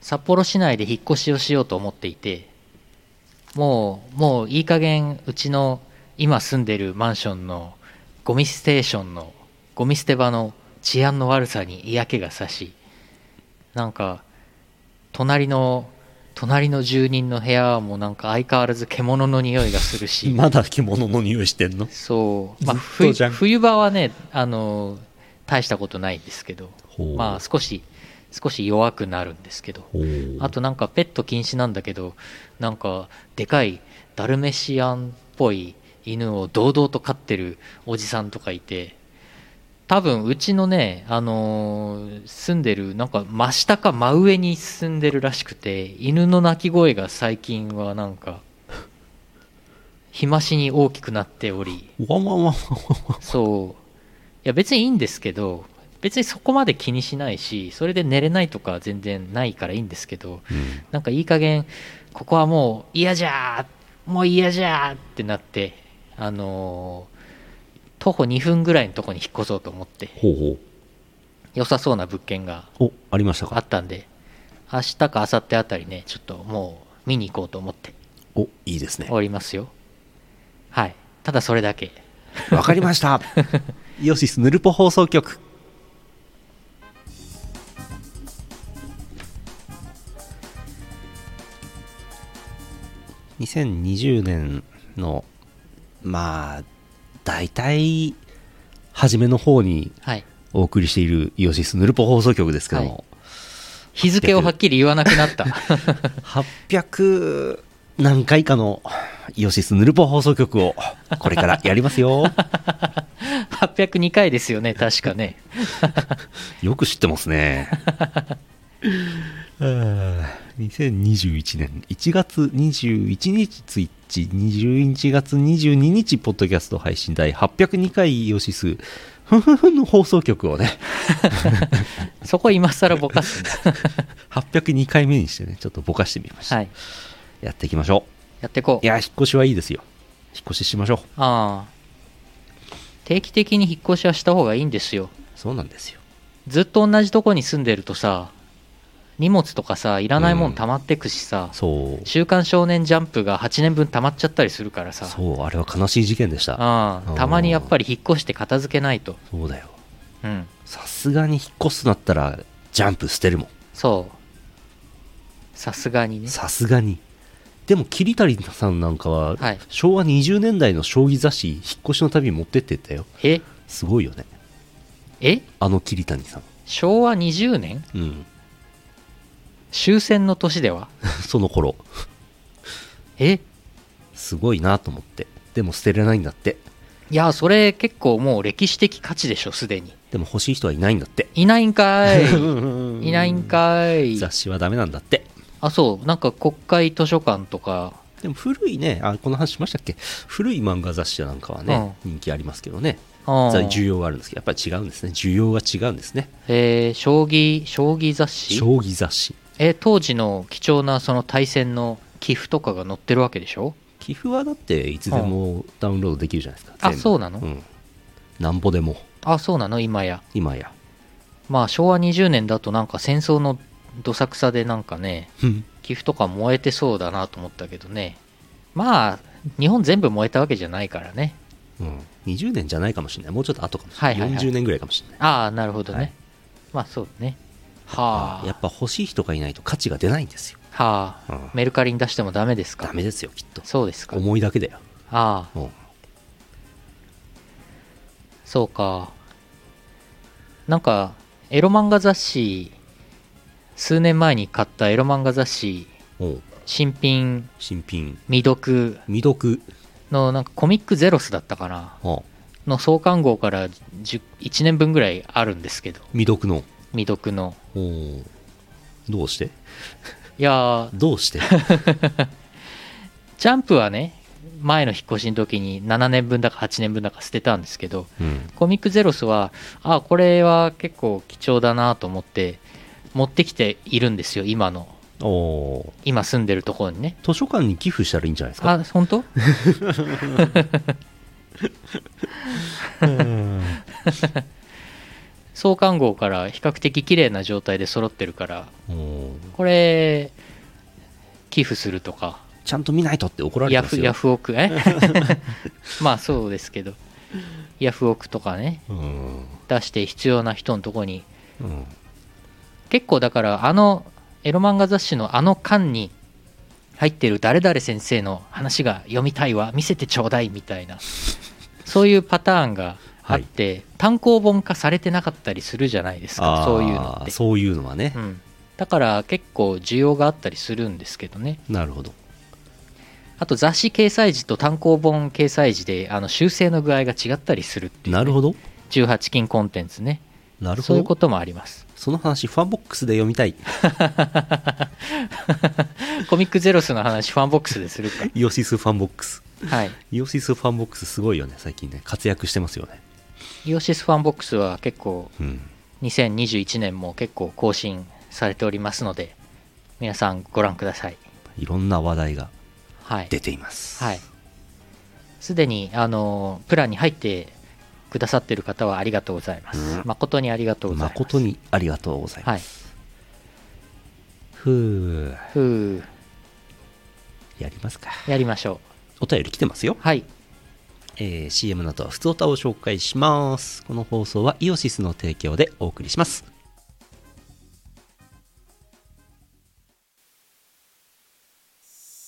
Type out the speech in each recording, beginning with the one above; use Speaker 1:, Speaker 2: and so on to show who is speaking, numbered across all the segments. Speaker 1: 札幌市内で引っ越しをしようと思っていてもうもういい加減うちの今住んでるマンションのゴミステーションのゴミ捨て場の治安の悪さに嫌気がさしなんか隣の隣の住人の部屋もなんか相変わらず獣の匂いがするし
Speaker 2: まだ獣の匂いしてんの
Speaker 1: そう、まあ、
Speaker 2: ずっ
Speaker 1: 冬
Speaker 2: とじゃん
Speaker 1: 冬場はねあの大したことないんですけど
Speaker 2: ほう
Speaker 1: まあ少し少し弱くなるんですけど
Speaker 2: ほう
Speaker 1: あとなんかペット禁止なんだけどなんかでかいダルメシアンっぽい犬を堂々と飼ってるおじさんとかいて多分うちのね、あのー住んでるなんか真下か真上に住んでるらしくて犬の鳴き声が最近はなんか日増しに大きくなっており
Speaker 2: わわわわわ
Speaker 1: そういや別にいいんですけど別にそこまで気にしないしそれで寝れないとか全然ないからいいんですけど
Speaker 2: うん
Speaker 1: なんかいい加減ここはもう嫌じゃーもう嫌じゃーってなってあのー徒歩2分ぐらいのとこに引っ越そうと思って
Speaker 2: ほうほ
Speaker 1: 良さそうな物件が
Speaker 2: うおありました
Speaker 1: あ
Speaker 2: か
Speaker 1: ったんで明日か明後日あたりねちょっともう見に行こうと思って
Speaker 2: おいいですね
Speaker 1: おりますよはいただそれだけ
Speaker 2: わかりました イオシスヌルポ放送局2020年のまあ大体初めの方に
Speaker 1: はい
Speaker 2: お送りしているイオシスヌルポ放送局ですけども、
Speaker 1: はい日付をはっきり言わなくなった
Speaker 2: 800何回かのイオシスヌルポ放送局をこれからやります よ
Speaker 1: 802回ですよね確かね
Speaker 2: よく知ってますね あー2021年1月21日ツイッチ21月22日ポッドキャスト配信第802回イオシスふんふんふんの放送局をね
Speaker 1: そこ今更ぼかすんだ
Speaker 2: 802回目にしてねちょっとぼかしてみました、
Speaker 1: はい
Speaker 2: やっていきましょ
Speaker 1: やってこ
Speaker 2: う
Speaker 1: う
Speaker 2: いや引っ越しはいいですよ引っ越ししましょう
Speaker 1: ああ定期的に引っ越しはした方がいいんですよ
Speaker 2: そうなんですよ
Speaker 1: ずっと同じとこに住んでるとさ荷物とかさいらないもん溜まってくしさ「
Speaker 2: そう
Speaker 1: 週刊少年ジャンプ」が8年分溜まっちゃったりするからさ
Speaker 2: そうあれは悲しい事件でした
Speaker 1: ああたまにやっぱり引っ越して片付けないと
Speaker 2: そうだよ
Speaker 1: うん
Speaker 2: さすがに引っ越すとなったらジャンプ捨てるもん
Speaker 1: そうさすがにね
Speaker 2: さすがにでも桐谷さんなんかは、
Speaker 1: はい
Speaker 2: 昭和20年代の将棋雑誌引っ越しの旅に持ってってったよ
Speaker 1: え
Speaker 2: すごいよね
Speaker 1: え
Speaker 2: あの桐谷さん
Speaker 1: 昭和20年
Speaker 2: うん
Speaker 1: 終戦の年では
Speaker 2: その頃
Speaker 1: え
Speaker 2: すごいなと思ってでも捨てれないんだって
Speaker 1: いやそれ結構もう歴史的価値でしょすでに
Speaker 2: でも欲しい人はいないんだって
Speaker 1: いないんか いい
Speaker 2: い
Speaker 1: ないんかい
Speaker 2: 雑誌はダメなんだって
Speaker 1: あそうなんか国会図書館とか
Speaker 2: でも古いねあこの話しましたっけ古い漫画雑誌なんかはね、人気ありますけどね
Speaker 1: あー
Speaker 2: 需要があるんですけどやっぱり違うんですね需要が違うんですね
Speaker 1: えー将棋将棋雑誌
Speaker 2: 将棋雑誌
Speaker 1: えー当時の貴重なその対戦の寄付とかが載ってるわけでしょ
Speaker 2: 寄付はだっていつでもダウンロードできるじゃないですか
Speaker 1: あ
Speaker 2: 全部
Speaker 1: そうなの
Speaker 2: うんなんぼでも
Speaker 1: あそうなの今や
Speaker 2: 今や
Speaker 1: まあ昭和20年だとなんか戦争のどさくさでなんかね
Speaker 2: うん
Speaker 1: 寄付とか燃えてそうだなと思ったけどねまあ日本全部燃えたわけじゃないからね
Speaker 2: 20年じゃないかもしれないもうちょっと後かもしれない,、
Speaker 1: はいはいはい
Speaker 2: 40年ぐらいかもしれない
Speaker 1: ああなるほどね、
Speaker 2: はい
Speaker 1: まあそうねはあ
Speaker 2: やっぱ欲しい人がいないと価値が出ないんですよ
Speaker 1: はあ、
Speaker 2: うん
Speaker 1: メルカリに出してもダメですか
Speaker 2: ダメですよきっと
Speaker 1: そうですか
Speaker 2: 思いだけだよ、
Speaker 1: ああ
Speaker 2: うん
Speaker 1: そうかなんかエロ漫画雑誌数年前に買ったエロ漫画雑誌
Speaker 2: うん
Speaker 1: 新品
Speaker 2: 新品
Speaker 1: 未読
Speaker 2: 未読、
Speaker 1: のなんかコミックゼロスだったかな
Speaker 2: うん
Speaker 1: の創刊号から10 1年分ぐらいあるんですけど
Speaker 2: 未読の
Speaker 1: 未読の
Speaker 2: うんどうして
Speaker 1: いやー
Speaker 2: どう して
Speaker 1: ジャンプはね前の引っ越しの時に7年分だか8年分だか捨てたんですけど
Speaker 2: うん
Speaker 1: コミックゼロスはあこれは結構貴重だなと思って持ってきているんですよ今の
Speaker 2: おー
Speaker 1: 今住んでるところにね
Speaker 2: 図書館に寄付したらいいんじゃないですか
Speaker 1: あ本当 創刊号から比較的綺麗な状態で揃ってるから
Speaker 2: うん
Speaker 1: これ寄付するとか
Speaker 2: ちゃんと見ないとって怒られ
Speaker 1: ヤ
Speaker 2: てます
Speaker 1: フ
Speaker 2: よ
Speaker 1: ヤフオク えまあそうですけどヤフオクとかね
Speaker 2: うん
Speaker 1: 出して必要な人のとこに
Speaker 2: うん
Speaker 1: 結構だからあのエロ漫画雑誌のあの巻に入ってる誰々先生の話が読みたいわ見せてちょうだいみたいなそういうパターンがあって、単行本化されてなかったりするじゃないです
Speaker 2: あ
Speaker 1: か
Speaker 2: ー
Speaker 1: そういうのって、
Speaker 2: そういうのはね
Speaker 1: う、ん、だから結構需要があったりするんですけどね
Speaker 2: なるほど
Speaker 1: あと雑誌掲載時と単行本掲載時であの修正の具合が違ったりするっていうね、
Speaker 2: なるほど
Speaker 1: 18禁コンテンツね
Speaker 2: なるほ
Speaker 1: そう
Speaker 2: ど
Speaker 1: いうこともあります
Speaker 2: その話ファンボックスで読みたい
Speaker 1: コミックゼロスの話ファンボックスでする か
Speaker 2: イオシスファンボックス
Speaker 1: はい
Speaker 2: イオシスファンボックスすごいよね最近ね活躍してますよね
Speaker 1: イオシスファンボックスは結構
Speaker 2: うん
Speaker 1: 2021年も結構更新されておりますので皆さんご覧ください
Speaker 2: いろんな話題が
Speaker 1: はい
Speaker 2: 出ています
Speaker 1: はいすでにあのプランに入ってくださってる方はありがとうございます、
Speaker 2: うん
Speaker 1: 誠にありがとうございます
Speaker 2: 誠にありがとうございます、
Speaker 1: はい
Speaker 2: ふう
Speaker 1: ふ
Speaker 2: やりますか
Speaker 1: うやりましょ
Speaker 2: お便り来てますよ
Speaker 1: うはい
Speaker 2: えー CM の後は普通歌を紹介しますこの放送はイオシスの提供でお送りします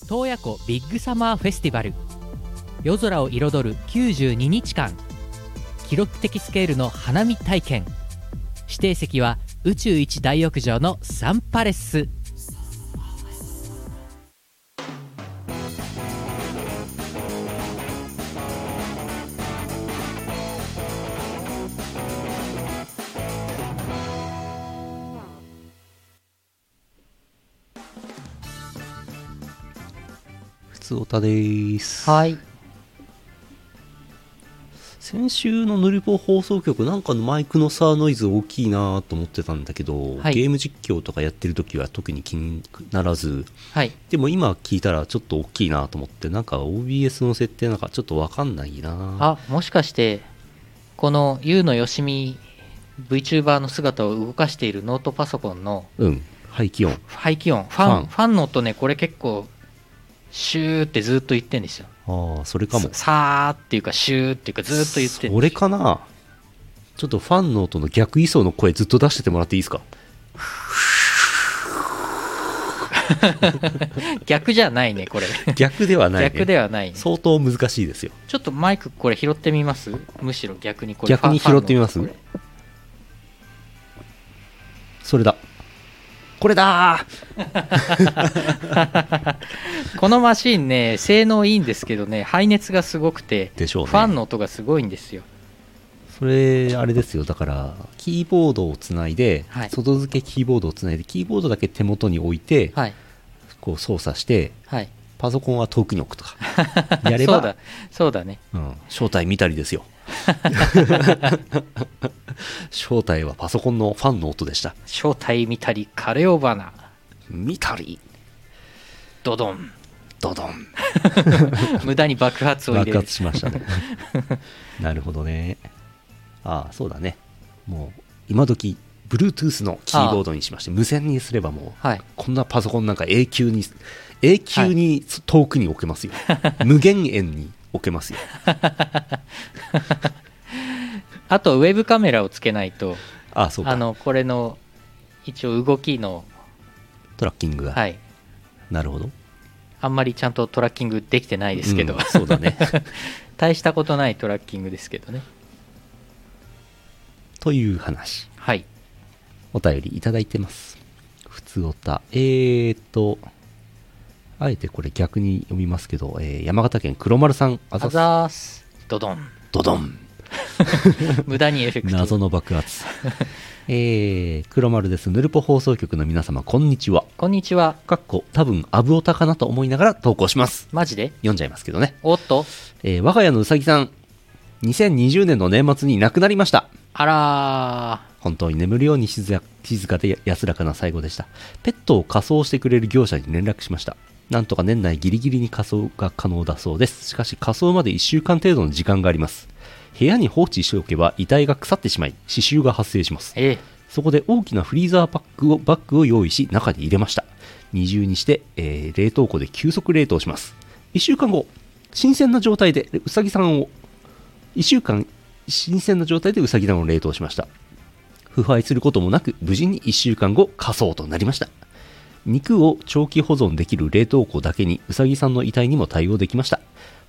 Speaker 1: 洞爺湖ビッグサマーフェスティバル夜空を彩る92日間記録的スケールの花見体験指定席は宇宙一大浴場のサンパレス
Speaker 2: 普通歌です
Speaker 1: はい
Speaker 2: 先週のヌルポ放送局なんかのマイクのサーノイズ大きいなと思ってたんだけど、
Speaker 1: はい
Speaker 2: ゲーム実況とかやってる時は特に気にならず
Speaker 1: はい
Speaker 2: でも今聞いたらちょっと大きいなと思ってなんか OBS の設定なんかちょっとわかんないな
Speaker 1: あもしかしてこの YOU のよしみ VTuber の姿を動かしているノートパソコンの
Speaker 2: うん排気音
Speaker 1: 排気音ファン
Speaker 2: ファン
Speaker 1: ファンの音ねこれ結構シューってずっと言ってんですよ
Speaker 2: ああそれかも
Speaker 1: さーっていうかシューっていうかずっと言ってんです
Speaker 2: それかなちょっとファンの音の逆位相の声ずっと出しててもらっていい ですか
Speaker 1: 逆じゃないねこれ
Speaker 2: 逆ではない、ね、
Speaker 1: 逆ではないね
Speaker 2: 相当難しいですよ
Speaker 1: ちょっとマイクこれ拾ってみますむしろ逆にこれ
Speaker 2: 逆に
Speaker 1: ファン
Speaker 2: 拾ってみます
Speaker 1: ファンのこ
Speaker 2: それだこれだー
Speaker 1: れこのマシンね性能いいんですけどね排熱がすごくて
Speaker 2: でしょうね
Speaker 1: ファンの音がすごいんですよ
Speaker 2: それあれですよだからキーボードをつないで、
Speaker 1: はい
Speaker 2: 外付けキーボードをつないでキーボードだけ手元に置いて、
Speaker 1: はい
Speaker 2: こう操作して
Speaker 1: はい
Speaker 2: パソコンは遠くに置 くとかやれ
Speaker 1: そう
Speaker 2: ば
Speaker 1: だそうだね
Speaker 2: う、ん、正体見たりですよ 正体はパソコンのファンの音でした
Speaker 1: 正体見たりカレオバナ
Speaker 2: 見たり
Speaker 1: ドド ン
Speaker 2: ドドン
Speaker 1: 無駄に爆発を入れ
Speaker 2: 爆
Speaker 1: る
Speaker 2: 発しましたね なるほどねああそうだねもう今時 Bluetooth のキーボードにしまして無線にすればもう
Speaker 1: はい
Speaker 2: こんなパソコンなんか永久に永久に遠くに置けま すよ、無限遠に置けますよ
Speaker 1: あとウェブカメラをつけないと
Speaker 2: ああそう
Speaker 1: あ
Speaker 2: か
Speaker 1: のこれの一応動きの
Speaker 2: トラッキングが、
Speaker 1: はい
Speaker 2: なるほど
Speaker 1: あんまりちゃんとトラッキングできてないですけど、
Speaker 2: うんそうだね
Speaker 1: 大したことないトラッキングですけどね
Speaker 2: という話
Speaker 1: はい
Speaker 2: お便りいただいてます普通おたえーっとあえてこれ逆に読みますけど、えー山形県黒丸さんあ
Speaker 1: あ
Speaker 2: ざす
Speaker 1: ざーすドドン
Speaker 2: ドドン
Speaker 1: 無駄にエフェクト
Speaker 2: 謎の爆発 えー、黒丸ですヌルポ放送局の皆様こんにちは
Speaker 1: こんにちは
Speaker 2: かっこ多分アブオタかなと思いながら投稿します
Speaker 1: マジで
Speaker 2: 読んじゃいますけどね、
Speaker 1: おっと
Speaker 2: えー我が家のうさぎさん2020年の年末に亡くなりました
Speaker 1: あら
Speaker 2: 本当に眠るように静や静かで安らかな最後でしたペットを仮装してくれる業者に連絡しましたなんとか年内ギリギリに仮装が可能だそうですしかし仮装まで1週間程度の時間があります部屋に放置しておけば遺体が腐ってしまい刺繍が発生します
Speaker 1: ーえ
Speaker 2: そこで大きなフリーザーパックをバッグを用意し中に入れました二重にして、えー冷凍庫で急速冷凍します1週間後新鮮な状態でうさぎさんを1週間新鮮な状態でうさぎさんを冷凍しました腐敗することもなく無事に1週間後火葬となりました肉を長期保存できる冷凍庫だけにうさぎさんの遺体にも対応できました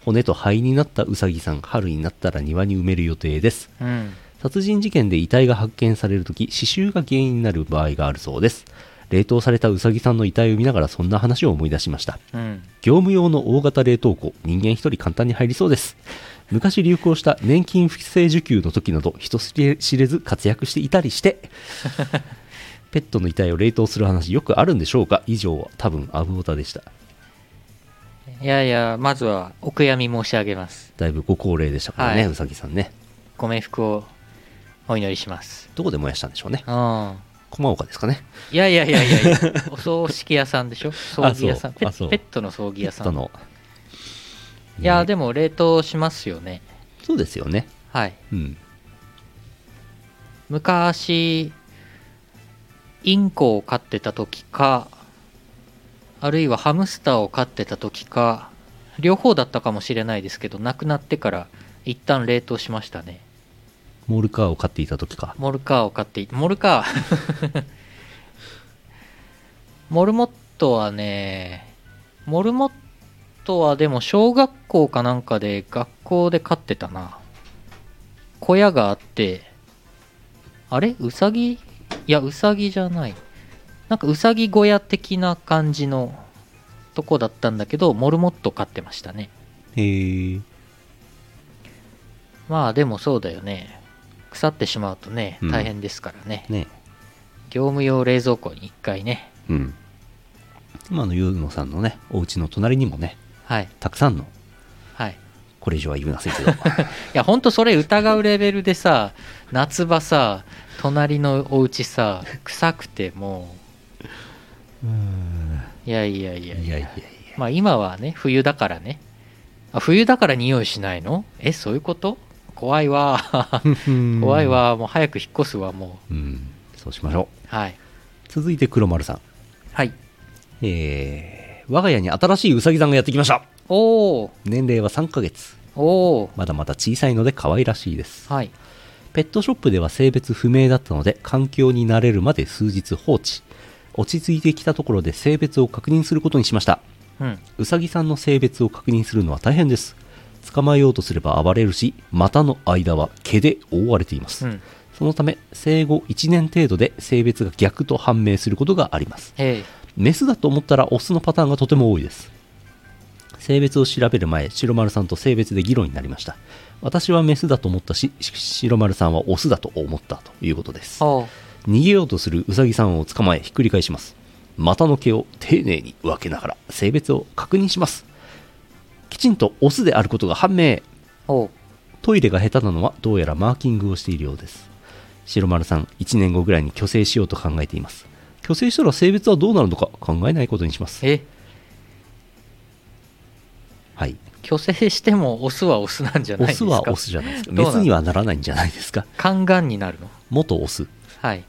Speaker 2: 骨と灰になったうさぎさん春になったら庭に埋める予定です
Speaker 1: うん
Speaker 2: 殺人事件で遺体が発見されるとき、死臭が原因になる場合があるそうです。冷凍されたウサギさんの遺体を見ながらそんな話を思い出しました。
Speaker 1: うん
Speaker 2: 業務用の大型冷凍庫、人間一人簡単に入りそうです。昔流行した年金不正受給の時など、人知れず活躍していた りして、ペットの遺体を冷凍する話よくあるんでしょうか以上、多分アブオタでした。
Speaker 1: いやいやまずはお悔やみ申し上げます
Speaker 2: だいぶご高齢でしたからね、
Speaker 1: はいう
Speaker 2: さぎさんね。
Speaker 1: ご冥福をお祈りします
Speaker 2: どこで燃やしたんでしょうね。
Speaker 1: うん
Speaker 2: 駒岡ですかね。
Speaker 1: いやいやいやいやい やお葬式屋さんでしょ葬儀屋さん
Speaker 2: そう
Speaker 1: ペ
Speaker 2: あそう
Speaker 1: ッペットの葬儀屋さ
Speaker 2: ペット
Speaker 1: ん
Speaker 2: の。
Speaker 1: いやでも冷凍しますよね
Speaker 2: そうですよね。
Speaker 1: はい
Speaker 2: うん。
Speaker 1: 昔インコを飼ってた時かあるいはハムスターを飼ってた時か両方だったかもしれないですけど亡くなってから一旦冷凍しましたね
Speaker 2: モールカーを買っていた時か。
Speaker 1: モルカーを飼っていモルカー モルモットはねモルモットはでも小学校かなんかで学校で飼ってたな小屋があってあれウサギいやウサギじゃないなんかウサギ小屋的な感じのとこだったんだけどモルモット飼ってましたね
Speaker 2: へえ。
Speaker 1: まあでもそうだよね腐ってしまうとね
Speaker 2: うん
Speaker 1: 大変ですからね、
Speaker 2: ね
Speaker 1: 業務用冷蔵庫に一回ね
Speaker 2: うん。今のユーノさんのね、お家の隣にもね、
Speaker 1: はい
Speaker 2: たくさんの、
Speaker 1: はいい
Speaker 2: これ以上は言いませんけど、
Speaker 1: やほんとそれ疑うレベルでさ夏場さ隣のお家さ臭くてもういやいやいや
Speaker 2: いやいやいや、
Speaker 1: まあ今はね冬だからねあ冬だから匂いしないのえそういうこと怖いわ怖い。わもう早く引っ越すわも
Speaker 2: うん、そうしましょ。
Speaker 1: うはいう
Speaker 2: 続いて黒丸さん。
Speaker 1: はい
Speaker 2: えー、我が家に新しいうさぎさんがやってきました。
Speaker 1: おー
Speaker 2: 年齢は3ヶ月。
Speaker 1: おー
Speaker 2: まだまだ小さいので可愛らしいです。
Speaker 1: はい
Speaker 2: ペットショップでは性別不明だったので環境に慣れるまで数日放置落ち着いてきたところで性別を確認することにしました
Speaker 1: うん
Speaker 2: うさぎさんの性別を確認するのは大変です捕まえようとすれば暴れるし股の間は毛で覆われていま
Speaker 1: う
Speaker 2: す、
Speaker 1: ん
Speaker 2: そのため生後1年程度で性別が逆と判明することがあります
Speaker 1: へえ
Speaker 2: メスだと思ったらオスのパターンがとても多いです性別を調べる前白丸さんと性別で議論になりました私はメスだと思ったしし白丸さんはオスだと思ったということです
Speaker 1: おう
Speaker 2: 逃げようとするウサギさんを捕まえひっくり返します股の毛を丁寧に分けながら性別を確認しますきちんとオスであることが判明
Speaker 1: おう
Speaker 2: トイレが下手なのはどうやらマーキングをしているようです白丸さん1年後ぐらいに虚勢しようと考えています虚勢したら性別はどうなるのか考えないことにします
Speaker 1: え
Speaker 2: はい
Speaker 1: 虚勢してもオスはオスなんじゃない
Speaker 2: オ
Speaker 1: です
Speaker 2: ス
Speaker 1: か
Speaker 2: はオスじゃないですか
Speaker 1: どう
Speaker 2: メ
Speaker 1: なの
Speaker 2: スにはならないんじゃないですか
Speaker 1: 肝がんになるの
Speaker 2: 元オス
Speaker 1: はい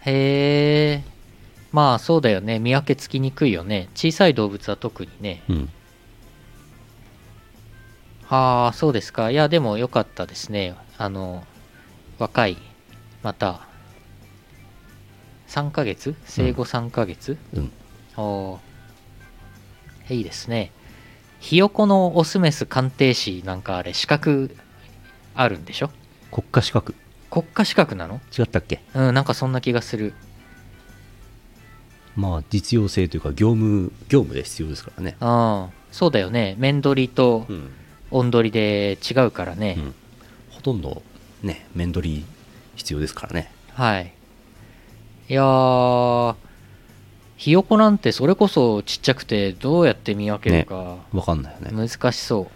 Speaker 1: へえまあそうだよね見分けつきにくいよね小さい動物は特にね
Speaker 2: うん
Speaker 1: ああそうですかいやでもよかったですねあの若いまた3ヶ月生後3ヶ月、
Speaker 2: うん
Speaker 1: おーいいですねひよこのオスメス鑑定士なんかあれ資格あるんでしょ
Speaker 2: 国家資格
Speaker 1: 国家資格なの
Speaker 2: 違ったっけ
Speaker 1: うんなんかそんな気がする
Speaker 2: まあ実用性というか業務業務で必要ですからね
Speaker 1: うんそうだよね面取りと
Speaker 2: うん、
Speaker 1: 音取りで違うからね、
Speaker 2: うん、ほとんどね面取り必要ですからね
Speaker 1: はいいやーひよこなんてそれこそちっちゃくてどうやって見分けるか
Speaker 2: わかんないよね
Speaker 1: 難しそう、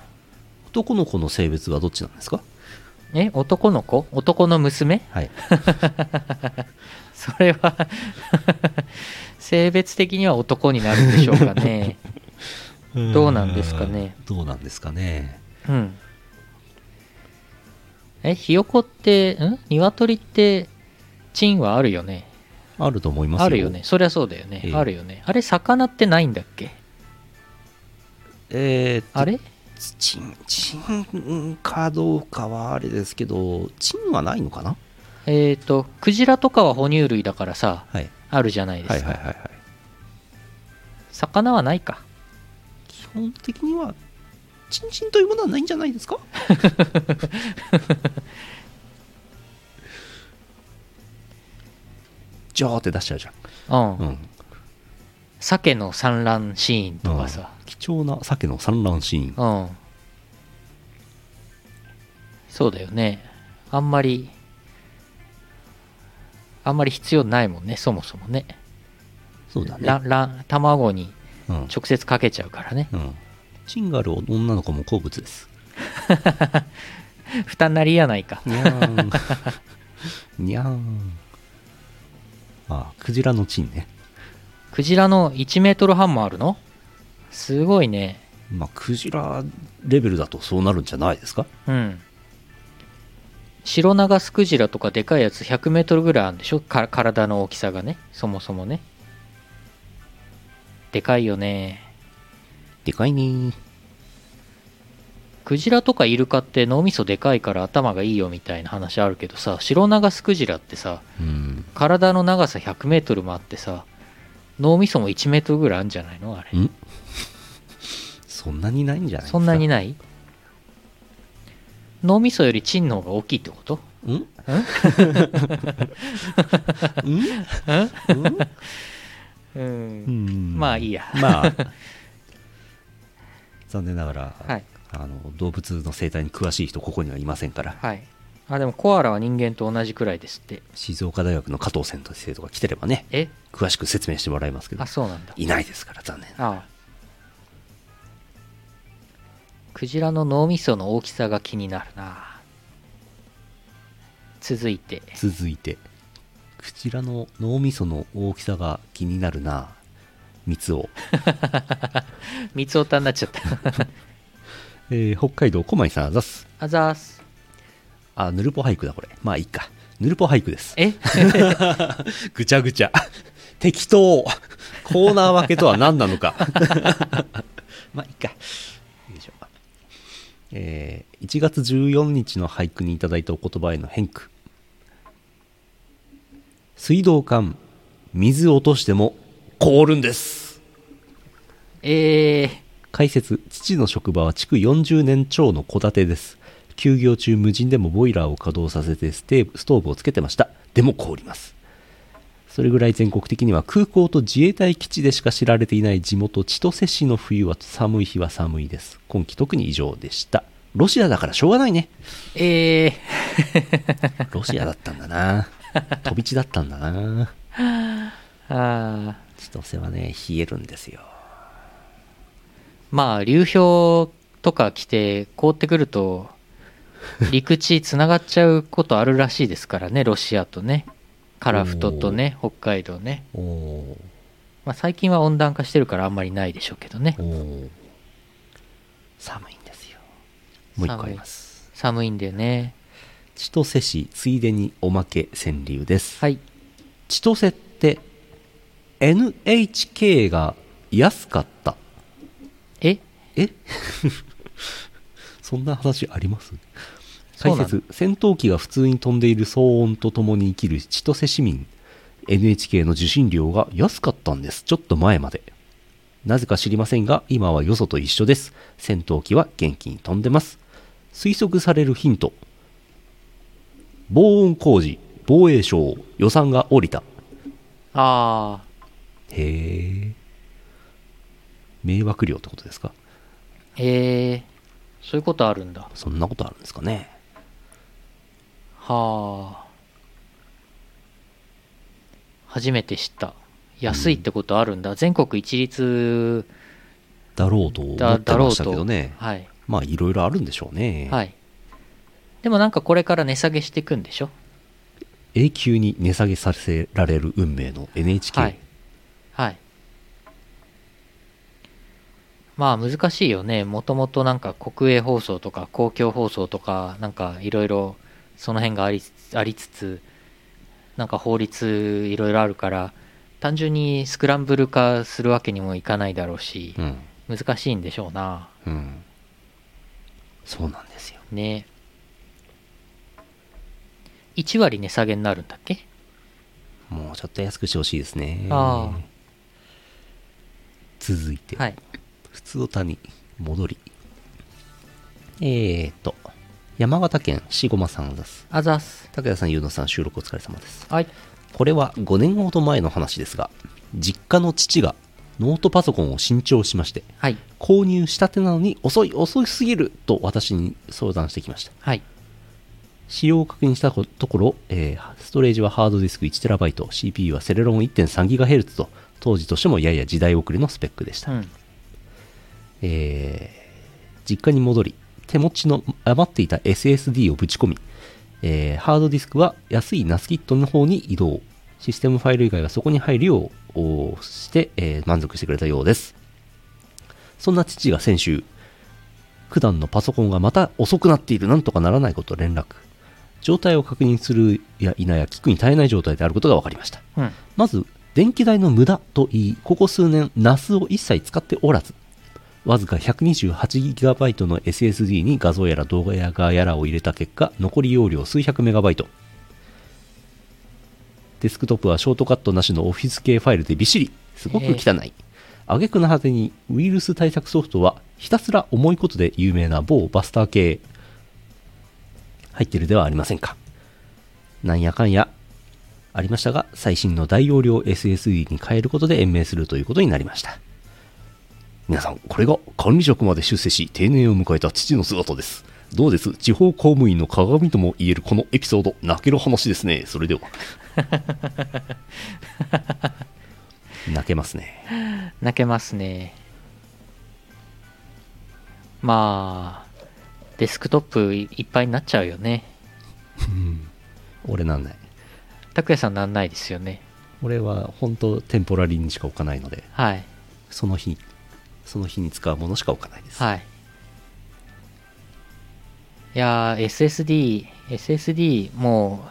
Speaker 2: 男の子の性別はどっちなんですか
Speaker 1: え男の子男の娘
Speaker 2: はい
Speaker 1: それは 性別的には男になるんでしょうか ねどうなんですかね
Speaker 2: どうなんですかね
Speaker 1: うんえひよこってん鶏ってチンはあるよね
Speaker 2: あると思いますよ
Speaker 1: あるよねそりゃそうだよね、
Speaker 2: ええ
Speaker 1: あるよねあれ魚ってないんだっけ
Speaker 2: えーっと
Speaker 1: あれ
Speaker 2: チンチンかどうかはあれですけどチンはないのかな、
Speaker 1: えっ、とクジラとかは哺乳類だからさ
Speaker 2: はい、
Speaker 1: あるじゃないですか、
Speaker 2: はいはいはいはい
Speaker 1: 魚はないか
Speaker 2: 基本的にはチンチンというものはないんじゃないで すかジャーって出しちゃうじ
Speaker 1: うん、
Speaker 2: ゃん、うん、
Speaker 1: 鮭の産卵シーンとかさ
Speaker 2: 貴重な鮭の産卵シーン
Speaker 1: うん、そうだよねあんまりあんまり必要ないもんねそもそもね
Speaker 2: そうだね
Speaker 1: ら、ら卵に
Speaker 2: うん
Speaker 1: 直接かけちゃうからね
Speaker 2: うん、チンがある女の子も好物です
Speaker 1: 負担なりやないか
Speaker 2: にゃーんにゃーんあクジラのチンね
Speaker 1: クジラの1メートル半もあるのすごいね
Speaker 2: まあクジラレベルだとそうなるんじゃないですか
Speaker 1: うん白長スクジラとかでかいやつ100メートルぐらいあるんでしょか体の大きさがねそもそもねでかいよね
Speaker 2: でかいねー
Speaker 1: クジラとかイルカって脳みそでかいから頭がいいよみたいな話あるけどさ白長スクジラってさ
Speaker 2: うん
Speaker 1: 体の長さ100メートルもあってさ脳みそも1メートルぐらいあるんじゃないのあれ
Speaker 2: んそんなにないんじゃないです
Speaker 1: そ
Speaker 2: か
Speaker 1: んなにない脳みそよりチンの方が大きいってこと
Speaker 2: んんん
Speaker 1: うん
Speaker 2: う ん
Speaker 1: まあいいや
Speaker 2: まあ 残念ながら、
Speaker 1: はい
Speaker 2: あの動物の生態に詳しい人ここにはいませんから
Speaker 1: はいあでもコアラは人間と同じくらいですって
Speaker 2: 静岡大学の加藤先生とか来てればね
Speaker 1: え
Speaker 2: 詳しく説明してもらいますけど
Speaker 1: あそうなんだ
Speaker 2: いないですから残念な
Speaker 1: ああクジラの脳みその大きさが気になるな続いて
Speaker 2: 続いてクジラの脳みその大きさが気になるな三つを、
Speaker 1: 三つおたになっちゃった
Speaker 2: えー北海道小牧さんあざっす
Speaker 1: あざーす
Speaker 2: あヌルポ俳句だこれまあいいかヌルポ俳句です
Speaker 1: え
Speaker 2: ぐちゃぐちゃ 適当コーナー分けとは何なのか まあいいかよいしょえー1月14日の俳句にいただいたお言葉への変句水道管水落としても凍るんです
Speaker 1: えー、
Speaker 2: 解説父の職場は築40年超の戸建てです休業中無人でもボイラーを稼働させてステーストーブをつけてましたでも凍りますそれぐらい全国的には空港と自衛隊基地でしか知られていない地元千歳市の冬は寒い日は寒いです今季特に異常でしたロシアだからしょうがないね
Speaker 1: えー、
Speaker 2: ロシアだったんだな飛び地だったんだな
Speaker 1: あー
Speaker 2: 千歳はね冷えるんですよ
Speaker 1: まあ流氷とか来て凍ってくると陸地つながっちゃうことあるらしいですからねロシアとねカラフトとね北海道ね、
Speaker 2: おお
Speaker 1: まあ、最近は温暖化してるからあんまりないでしょうけどね
Speaker 2: おお寒いんですよもう一個あります
Speaker 1: 寒いんだよね
Speaker 2: 千歳市ついでにおまけ川柳です、
Speaker 1: はい
Speaker 2: 千歳って NHK が安かった
Speaker 1: え
Speaker 2: え そんな話あります
Speaker 1: そう
Speaker 2: 解
Speaker 1: なの
Speaker 2: 説戦闘機が普通に飛んでいる騒音とともに生きる千歳市民 NHK の受信料が安かったんですちょっと前までなぜか知りませんが今はよそと一緒です戦闘機は元気に飛んでます推測されるヒント防音工事防衛省予算が下りた
Speaker 1: ああ
Speaker 2: へえ迷惑料ってことですか
Speaker 1: えー、そういうことあるんだ
Speaker 2: そんなことあるんですかね
Speaker 1: はあ初めて知った安いってことあるんだ、全国一律
Speaker 2: だろうと思
Speaker 1: だ
Speaker 2: って
Speaker 1: だろ
Speaker 2: ま
Speaker 1: う
Speaker 2: したけど
Speaker 1: と、
Speaker 2: ね
Speaker 1: はい、
Speaker 2: まあいろいろあるんでしょうね、
Speaker 1: はい、でもなんかこれから値下げしていくんでしょ
Speaker 2: 永久に値下げさせられる運命の NHK、
Speaker 1: はいはいまあ難しいよねもともとなんか国営放送とか公共放送とかなんかいろいろその辺がありありつつなんか法律いろいろあるから単純にスクランブル化するわけにもいかないだろうし
Speaker 2: う、ん
Speaker 1: 難しいんでしょうな
Speaker 2: うんそうなんですよ
Speaker 1: ね1割値下げになるんだっけ
Speaker 2: もうちょっと安くしてほしいですね
Speaker 1: ああ
Speaker 2: 続いて、
Speaker 1: はい
Speaker 2: 普通の谷戻りえーと山形県しごまさんです
Speaker 1: あざっす
Speaker 2: 拓也さんゆうのさん収録お疲れ様です
Speaker 1: はい
Speaker 2: これは5年ほど前の話ですが実家の父がノートパソコンを新調しまして
Speaker 1: はい
Speaker 2: 購入したてなのに遅い遅いすぎると私に相談してきました
Speaker 1: はい
Speaker 2: 使用を確認したこところ、えーストレージはハードディスク 1TB CPU はセレロン 1.3GHz と当時としてもやや時代遅れのスペックでした、
Speaker 1: うん
Speaker 2: えー実家に戻り手持ちの余っていた SSD をぶち込み、えーハードディスクは安いナスキットの方に移動システムファイル以外はそこに入るようおして、えー満足してくれたようですそんな父が先週九段のパソコンがまた遅くなっているなんとかならないことを連絡状態を確認するや否や聞くに耐えない状態であることが分かりました
Speaker 1: うん
Speaker 2: まず電気代の無駄と言いここ数年 NAS を一切使っておらずわずか 128GB の SSD に画像やら動画やらやらを入れた結果残り容量数百 MB デスクトップはショートカットなしのオフィス系ファイルでびっしりすごく汚い挙句の果てにウイルス対策ソフトはひたすら重いことで有名な某バスター系入ってるではありませんかなんやかんやありましたが最新の大容量 SSD に変えることで延命するということになりました皆さんこれが管理職まで出世し定年を迎えた父の姿ですどうです地方公務員の鏡とも言えるこのエピソード泣ける話ですねそれでは泣けますね
Speaker 1: 泣けますねまあデスクトップいいっぱいになっちゃうよね
Speaker 2: 俺なんない
Speaker 1: 拓也さんなんないですよね
Speaker 2: 俺は本当テンポラリーにしか置かないので
Speaker 1: はい
Speaker 2: その日その日に使うものしか置かないです、
Speaker 1: はいいやー SSD SSD もう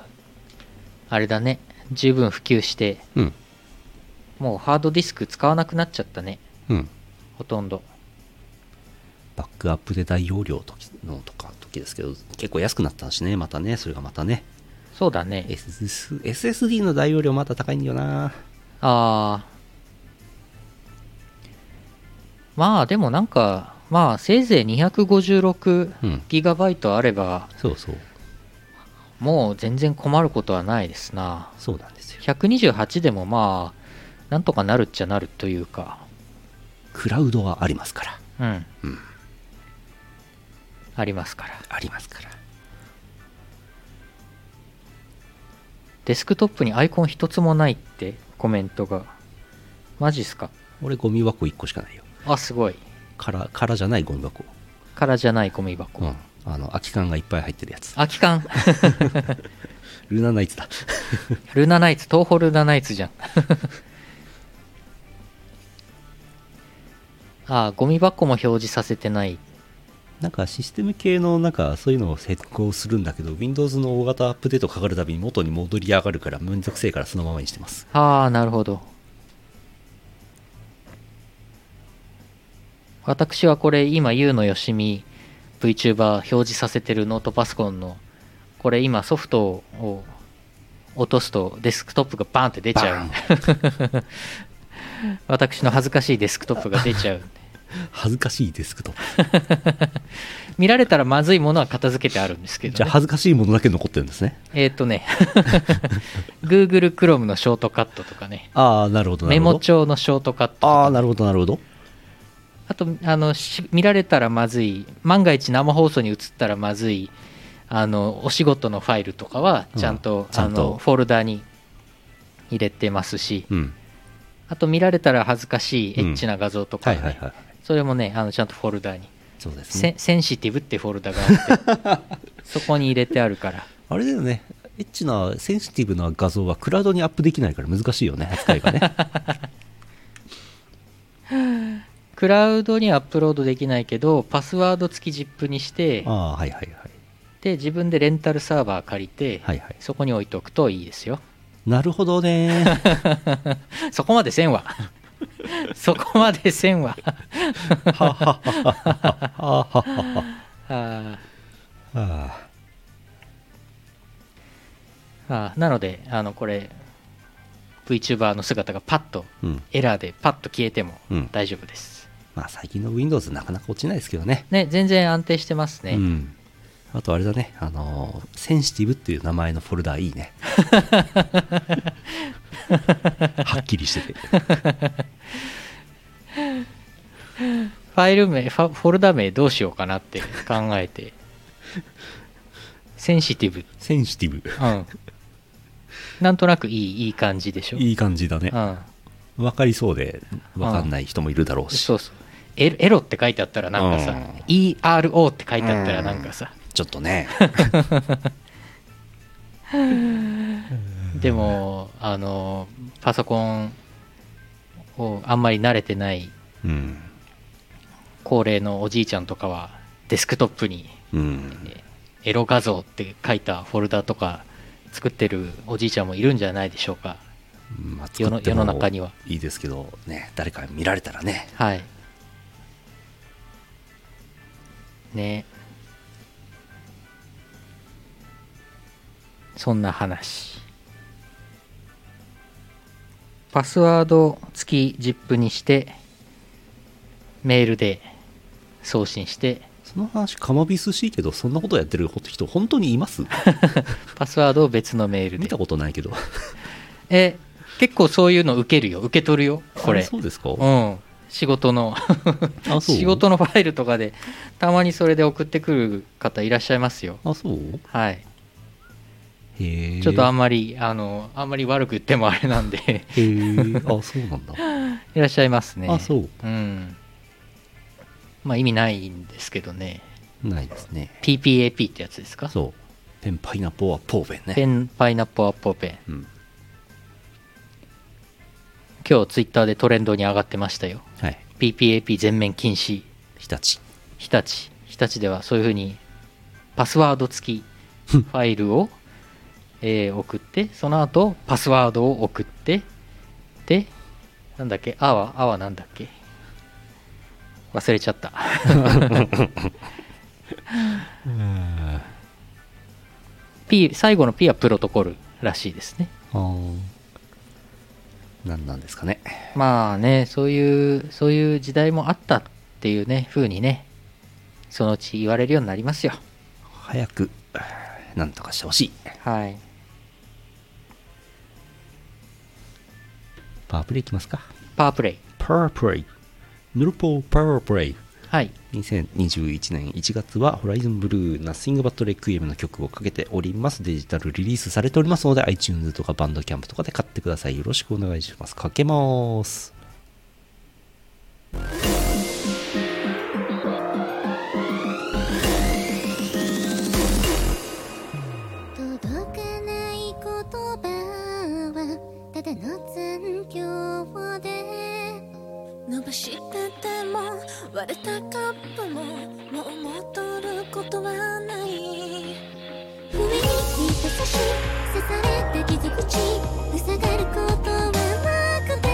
Speaker 1: あれだね十分普及して
Speaker 2: うん
Speaker 1: もうハードディスク使わなくなっちゃったね
Speaker 2: うん
Speaker 1: ほとんど
Speaker 2: バックアップで大容量時のとか時ですけど結構安くなったしねまたねそれがまたね
Speaker 1: そうだね
Speaker 2: SS SSD の大容量また高いんだよな
Speaker 1: ああまあでもなんかまあせいぜい256
Speaker 2: うん
Speaker 1: ギガバイトあれば
Speaker 2: そうそう
Speaker 1: もう全然困ることはないですな
Speaker 2: そうなんですよ
Speaker 1: 128でもまあなんとかなるっちゃなるというか
Speaker 2: クラウドはありますから
Speaker 1: うん、
Speaker 2: うん
Speaker 1: ありますから
Speaker 2: ありますから
Speaker 1: デスクトップにアイコン一つもないってコメントがマジっすか
Speaker 2: 俺ゴミ箱1個しかないよ
Speaker 1: あすごい
Speaker 2: からからじゃないゴミ箱
Speaker 1: 空じゃないゴミ箱、
Speaker 2: うんあの空き缶がいっぱい入ってるやつ
Speaker 1: 空き缶
Speaker 2: ルナナイツだ
Speaker 1: ルナナイツ東宝ルナナイツじゃん あゴミ箱も表示させてない
Speaker 2: なんかシステム系のなんかそういうのを施工するんだけど Windows の大型アップデートかかるたびに元に戻り上がるからめんどくせえからそのままにしてます
Speaker 1: ああなるほど私はこれ今ゆうのよしみ VTuber 表示させてるノートパソコンのこれ今ソフトを落とすとデスクトップがバーンって出ちゃう 私の恥ずかしいデスクトップが出ちゃう
Speaker 2: 恥ずかしいデスクトップ
Speaker 1: 見られたらまずいものは片付けてあるんですけど、ね、
Speaker 2: じゃあ恥ずかしいものだけ残ってるんですね
Speaker 1: えーっ、とね Google Chrome のショートカットとかね
Speaker 2: ああなるほどな
Speaker 1: メ
Speaker 2: るほど
Speaker 1: モ帳のショートカットと
Speaker 2: あ
Speaker 1: か
Speaker 2: あなるほどなるほど
Speaker 1: あとあのし見られたらまずい万が一生放送に映ったらまずいあのお仕事のファイルとかはちゃんと,、
Speaker 2: うんちゃんと
Speaker 1: あのフォルダに入れてますし
Speaker 2: うん
Speaker 1: あと見られたら恥ずかしいエ
Speaker 2: うん
Speaker 1: ッチな画像とか
Speaker 2: はい
Speaker 1: ね、
Speaker 2: はいはいはい
Speaker 1: それもねあのちゃんとフォルダに、
Speaker 2: そうです
Speaker 1: セ
Speaker 2: ね
Speaker 1: ンセンシティブってフォルダがあって そこに入れてあるから
Speaker 2: あれだよねエッチなセンシティブな画像はクラウドにアップできないから難しいよね扱い がね
Speaker 1: クラウドにアップロードできないけどパスワード付き ZIP にして
Speaker 2: ああはいはいはい
Speaker 1: で自分でレンタルサーバー借りて、
Speaker 2: はいはい
Speaker 1: そこに置いとくといいですよ
Speaker 2: なるほどね
Speaker 1: そこまでせんわ そこまでせんわ
Speaker 2: ははははははは
Speaker 1: あ
Speaker 2: は
Speaker 1: ーあーなのであのこれ VTuber の姿がパッと
Speaker 2: うん
Speaker 1: エラーでパッと消えても
Speaker 2: うん
Speaker 1: 大丈夫です、
Speaker 2: まあ最近の Windows なかなか落ちないですけどね
Speaker 1: ね全然安定してますね、
Speaker 2: うんあとあれだねあのーセンシティブっていう名前のフォルダい いねはっきりしてて
Speaker 1: ファイル名ファフォルダ名どうしようかなって考え てセンシティブ
Speaker 2: センシティブ
Speaker 1: うんなんとなくいいいい感じでしょ
Speaker 2: いい感じだね
Speaker 1: うん、
Speaker 2: 分かりそうで分かんない人もいるだろうし
Speaker 1: そうそうエロエロって書いてあったらなんかさ、
Speaker 2: うん
Speaker 1: ERO って書いてあったらなんかさ、
Speaker 2: ちょっと ね
Speaker 1: でもあのパソコンをあんまり慣れてない
Speaker 2: うん
Speaker 1: 高齢のおじいちゃんとかはデスクトップに
Speaker 2: うん
Speaker 1: エロ画像って書いたフォルダとか作ってるおじいちゃんもいるんじゃないでしょうか
Speaker 2: まあ
Speaker 1: 世の
Speaker 2: 作っても
Speaker 1: 世の中にはい
Speaker 2: いですけどね誰か見られたらね
Speaker 1: はいねそんな話パスワード付き ZIP にしてメールで送信して
Speaker 2: その話かまびすしいけどそんなことやってる人本当にいます
Speaker 1: パスワードを別のメール
Speaker 2: 見
Speaker 1: で
Speaker 2: たことないけど
Speaker 1: え結構そういうの受けるよ受け取るよこ
Speaker 2: あ
Speaker 1: れ
Speaker 2: そうですか
Speaker 1: うん仕事の
Speaker 2: あそう
Speaker 1: 仕事のファイルとかでたまにそれで送ってくる方いらっしゃいますよ
Speaker 2: あそう
Speaker 1: はい
Speaker 2: へえ
Speaker 1: ちょっとあんまりあのあんまり悪く言ってもあれなんで
Speaker 2: へえあそうなんだ
Speaker 1: いらっしゃいますね
Speaker 2: あそう
Speaker 1: うんまあ意味ないんですけどね
Speaker 2: ないですね
Speaker 1: PPAP ってやつですか
Speaker 2: そうペンパイナポーはポーベンね
Speaker 1: ペンパイナップルアッポーペン
Speaker 2: うん
Speaker 1: 今日ツイッターでトレンドに上がってましたよ
Speaker 2: はい
Speaker 1: PPAP 全面禁止
Speaker 2: 日立
Speaker 1: 日立日立ではそういうふうにパスワード付きファイルを、えー送ってその後パスワードを送ってでなんだっけあはあはなんだっけ忘れちゃった P 最後の P はプロトコルらしいですね
Speaker 2: あー何なんですかね
Speaker 1: まあねそういうそういう時代もあったっていうね風にねそのうち言われるようになりますよ
Speaker 2: 早くなんとかしてほしい
Speaker 1: はい
Speaker 2: パワープレイいきますか
Speaker 1: パワープレイ
Speaker 2: パワープレイヌルポーパワープレイ
Speaker 1: はい
Speaker 2: 2021年1月は Horizon Blue Nothing But Requiem の曲をかけております。デジタルリリースされておりますので iTunes とかバンドキャンプとかで買ってください。よろしくお願いします。かけます。
Speaker 3: 届かない言葉はただの残響で
Speaker 4: 伸ばしてても割れたカップももう戻ることはない
Speaker 3: 不意に手差し刺された傷口塞がることはなくて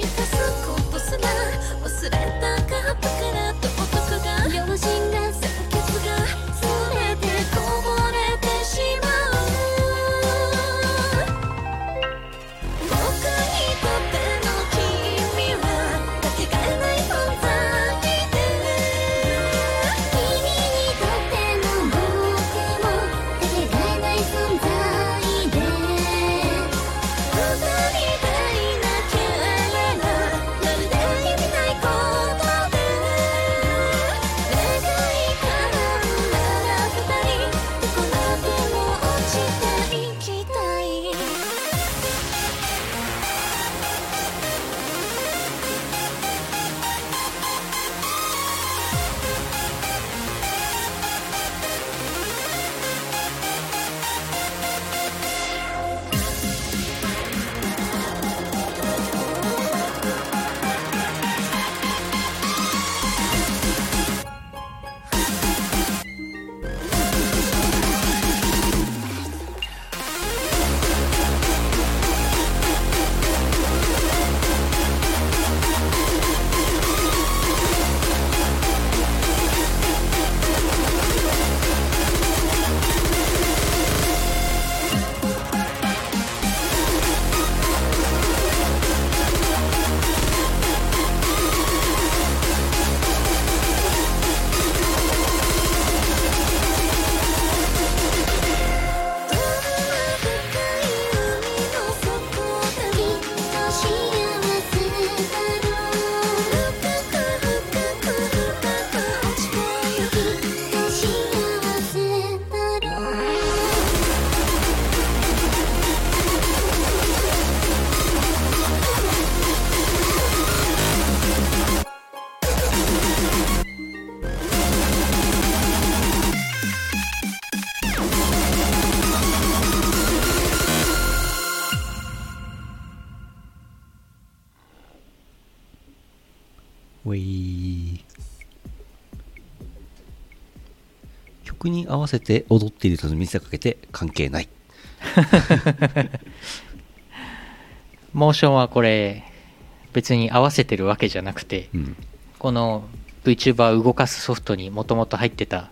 Speaker 4: 満たすことすら忘れたカップから道徳が良
Speaker 3: 両親が
Speaker 4: 酸欠が全てこぼれてしまう僕にとっての君はかけがえない存在で
Speaker 3: 君にとっての僕もかけがえない存在
Speaker 2: ウェイ曲に合わせて踊っていると見せかけて関係ない
Speaker 1: モーションはこれ別に合わせてるわけじゃなくて
Speaker 2: うん
Speaker 1: この VTuber を動かすソフトにもともと入ってた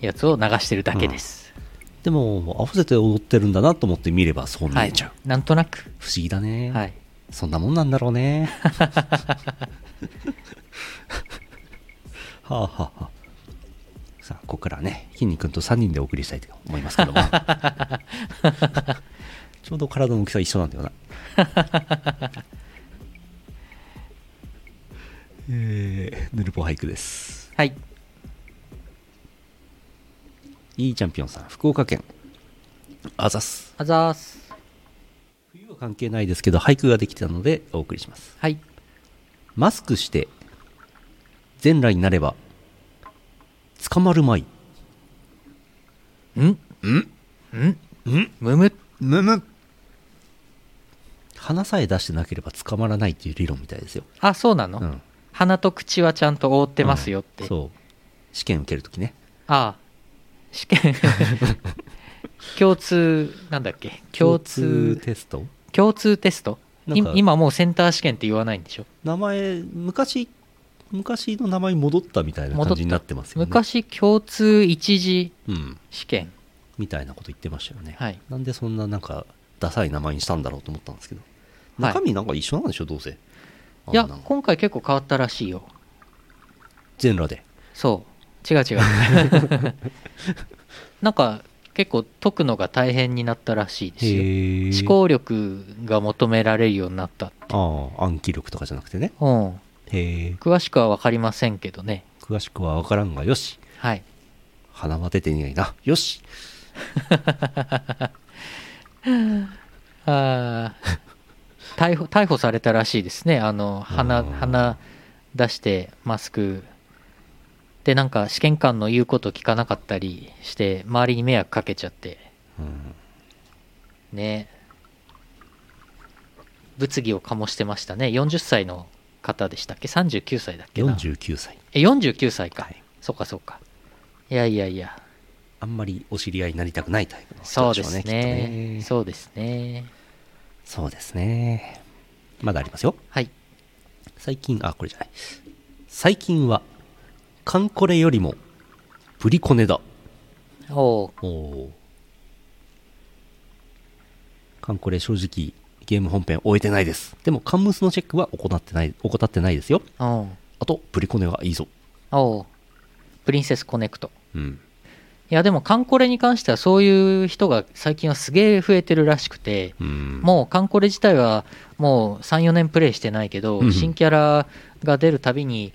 Speaker 1: やつを流してるだけです、
Speaker 2: でも合わせて踊ってるんだなと思って見ればそう見
Speaker 1: は
Speaker 2: え
Speaker 1: い
Speaker 2: ちゃう、
Speaker 1: なんとなく
Speaker 2: 不思議だね、
Speaker 1: はい
Speaker 2: そんなもんなんだろう ねはあはあはあさあここからはね筋肉くんと3人でお送りしたいと思います けどもちょうど体の大きさ一緒なんだよな えー、ヌルポ俳句です
Speaker 1: はい
Speaker 2: いいチャンピオンさん福岡県あざっす
Speaker 1: あざーす
Speaker 2: 冬は関係ないですけど俳句ができたのでお送りします
Speaker 1: はい
Speaker 2: マスクして全裸になれば捕まるまい
Speaker 1: んんんむむ
Speaker 2: むむ鼻さえ出してなければ捕まらないっていう理論みたいですよ、
Speaker 1: あそうなの、
Speaker 2: うん、
Speaker 1: 鼻と口はちゃんと覆ってますよって、
Speaker 2: そう試験受けるときね
Speaker 1: ああ試験 共通なんだっけ共通
Speaker 2: テスト
Speaker 1: 共通テスト
Speaker 2: なん
Speaker 1: い
Speaker 2: か
Speaker 1: 今もうセンター試験って言わないんでしょ
Speaker 2: 名前昔昔の名前に戻ったみたいな感じになってますよね
Speaker 1: 昔共通一次
Speaker 2: うん
Speaker 1: 試験
Speaker 2: みたいなこと言ってましたよね、
Speaker 1: はい
Speaker 2: なんでそんななんかダサい名前にしたんだろうと思ったんですけど
Speaker 1: はい
Speaker 2: 中身なんか一緒なんでしょどうせ
Speaker 1: いや
Speaker 2: あんなの
Speaker 1: 今回結構変わったらしいよ
Speaker 2: 全裸で
Speaker 1: そう違う違う なんか結構解くのが大変になったらしいですよ
Speaker 2: へー
Speaker 1: 思考力が求められるようになった
Speaker 2: ああ暗記力とかじゃなくてね
Speaker 1: うん
Speaker 2: へえ
Speaker 1: 詳しくは分かりませんけどね
Speaker 2: 詳しくは分からんがよし
Speaker 1: はい
Speaker 2: 鼻は出ていないなよし
Speaker 1: あ ー逮捕逮捕されたらしいですねあの
Speaker 2: あ
Speaker 1: 鼻
Speaker 2: ー
Speaker 1: 鼻出してマスクでなんか試験官の言うこと聞かなかったりして周りに迷惑かけちゃって
Speaker 2: うん
Speaker 1: ね物議を醸してましたね40歳の方でしたっけ39歳だっけな
Speaker 2: 49歳
Speaker 1: え49歳か、
Speaker 2: はい
Speaker 1: そうかそうかいやいやいや
Speaker 2: あんまりお知り合いになりたくないタイプの
Speaker 1: そ
Speaker 2: 人
Speaker 1: う
Speaker 2: で
Speaker 1: で
Speaker 2: しょ
Speaker 1: す
Speaker 2: ね
Speaker 1: ね
Speaker 2: きっとね
Speaker 1: そうですね
Speaker 2: そうですねまだありますよ
Speaker 1: はい
Speaker 2: 最近あこれじゃない最近はカンコレよりもプリコネだ
Speaker 1: おう
Speaker 2: おおカンコレ正直ゲーム本編終えてないですでもカンムスのチェックは行ってない怠ってないですよ
Speaker 1: おう
Speaker 2: あとプリコネはいいぞ
Speaker 1: おうプリンセスコネクト
Speaker 2: うん
Speaker 1: いやでもカンコレに関してはそういう人が最近はすげえ増えてるらしくて、
Speaker 2: も
Speaker 1: もうカンコレ自体はもう34年プレイしてないけど、
Speaker 2: うんうん
Speaker 1: 新キャラが出るたびに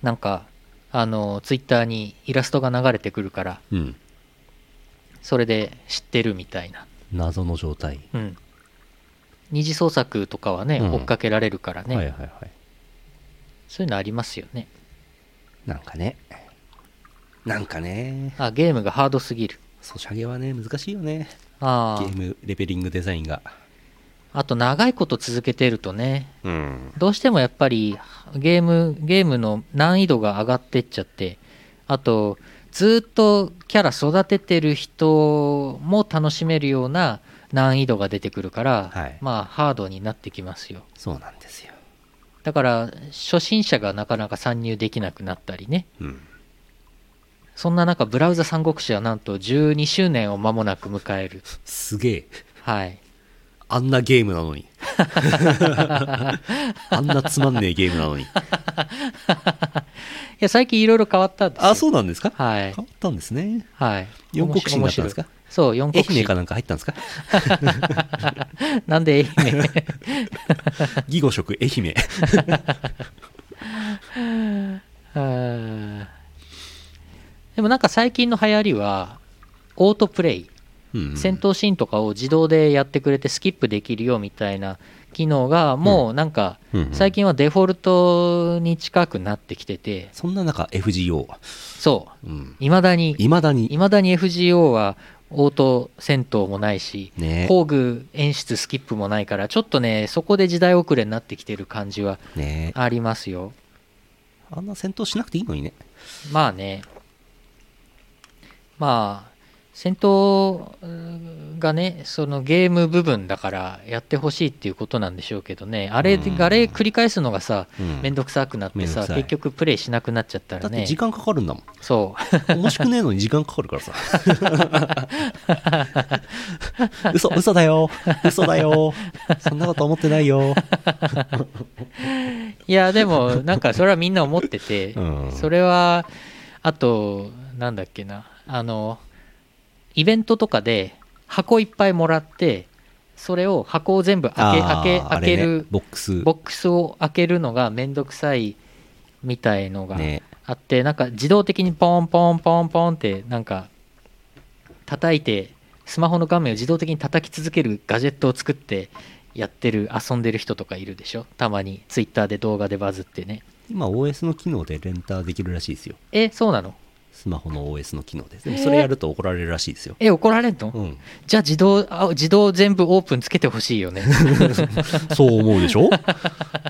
Speaker 1: なんかあのツイッターにイラストが流れてくるから
Speaker 2: うん、
Speaker 1: それで知ってるみたいな、
Speaker 2: 謎の状態、
Speaker 1: うん、二次創作とかはね、
Speaker 2: うん
Speaker 1: 追っかけられるからね、
Speaker 2: はいはいはい
Speaker 1: そういうのありますよね
Speaker 2: なんかねなんかね
Speaker 1: あゲームがハードすぎる
Speaker 2: ソシャゲはね難しいよね
Speaker 1: あ
Speaker 2: ゲ
Speaker 1: ー
Speaker 2: ームレベリングデザインが
Speaker 1: あと長いこと続けてるとね
Speaker 2: うん
Speaker 1: どうしてもやっぱりゲームゲームの難易度が上がってっちゃってあとずっとキャラ育ててる人も楽しめるような難易度が出てくるから、
Speaker 2: はい
Speaker 1: まあハードになってきますよ
Speaker 2: そうなんですよ
Speaker 1: だから初心者がなかなか参入できなくなったりね
Speaker 2: うん
Speaker 1: そんな中ブラウザ三国志はなんと12周年を間もなく迎える
Speaker 2: すげえ
Speaker 1: はい
Speaker 2: あんなゲームなの にあんなつまんねえゲームなのに
Speaker 1: いや最近いろいろ変わったんですよ
Speaker 2: あそうなんですか
Speaker 1: はい
Speaker 2: 変わったんですね
Speaker 1: はい
Speaker 2: 四国志になったんですか
Speaker 1: 面白いそう四
Speaker 2: 愛
Speaker 1: 国
Speaker 2: 媛
Speaker 1: 志
Speaker 2: かなんか入った んですか
Speaker 1: なんで愛媛
Speaker 2: 義語職愛媛
Speaker 1: うんでもなんか最近の流行りはオートプレイ、
Speaker 2: うん
Speaker 1: 戦闘シーンとかを自動でやってくれてスキップできるよみたいな機能がもうなんか
Speaker 2: うんうん
Speaker 1: 最近はデフォルトに近くなってきてて
Speaker 2: そんな中 FGO
Speaker 1: そう
Speaker 2: うん
Speaker 1: いまだに
Speaker 2: いまだに
Speaker 1: いまだに FGO はオート戦闘もないし、
Speaker 2: ね
Speaker 1: 工具演出スキップもないからちょっとねそこで時代遅れになってきてる感じは
Speaker 2: ね
Speaker 1: ありますよ
Speaker 2: あんな戦闘しなくていいのにね。
Speaker 1: まあねまあ戦闘うんがねそのゲーム部分だからやってほしいっていうことなんでしょうけどねあれ
Speaker 2: うん
Speaker 1: あれ繰り返すのがさ
Speaker 2: う ん
Speaker 1: 面倒くさくなって
Speaker 2: めんど
Speaker 1: さ
Speaker 2: くさい
Speaker 1: 結局プレイしなくなっちゃった
Speaker 2: だ
Speaker 1: ら
Speaker 2: って
Speaker 1: ね
Speaker 2: 時間かかるんだもん。
Speaker 1: そう
Speaker 2: 面白くねえのに時間かかるからさ。 嘘、嘘だよ。嘘だよ。そんなこと思ってないよ。
Speaker 1: いやでもなんかそれはみんな思ってて、
Speaker 2: うん
Speaker 1: それはあとなんだっけなあのイベントとかで箱いっぱいもらってそれを箱を全部開け
Speaker 2: あ
Speaker 1: 開け
Speaker 2: ー
Speaker 1: 開
Speaker 2: あれ
Speaker 1: け
Speaker 2: ね
Speaker 1: る
Speaker 2: ボックス。
Speaker 1: ボックスを開けるのがめんどくさいみたいのが
Speaker 2: ね
Speaker 1: あって、なんか自動的にポンポンポンポンってなんか叩いてスマホの画面を自動的に叩き続けるガジェットを作ってやってる遊んでる人とかいるでしょたまにツイッターで動画でバズってね
Speaker 2: 今 OS の機能でレンターできるらしいですよ。
Speaker 1: えそうなの
Speaker 2: スマホの OS の機能で。で
Speaker 1: え
Speaker 2: も
Speaker 1: ー
Speaker 2: それやると怒られるらしいですよ。
Speaker 1: え怒られんの、
Speaker 2: うん。
Speaker 1: じゃあ自動あ自動全部オープンつけてほしいよ ね
Speaker 2: そう思うで しょ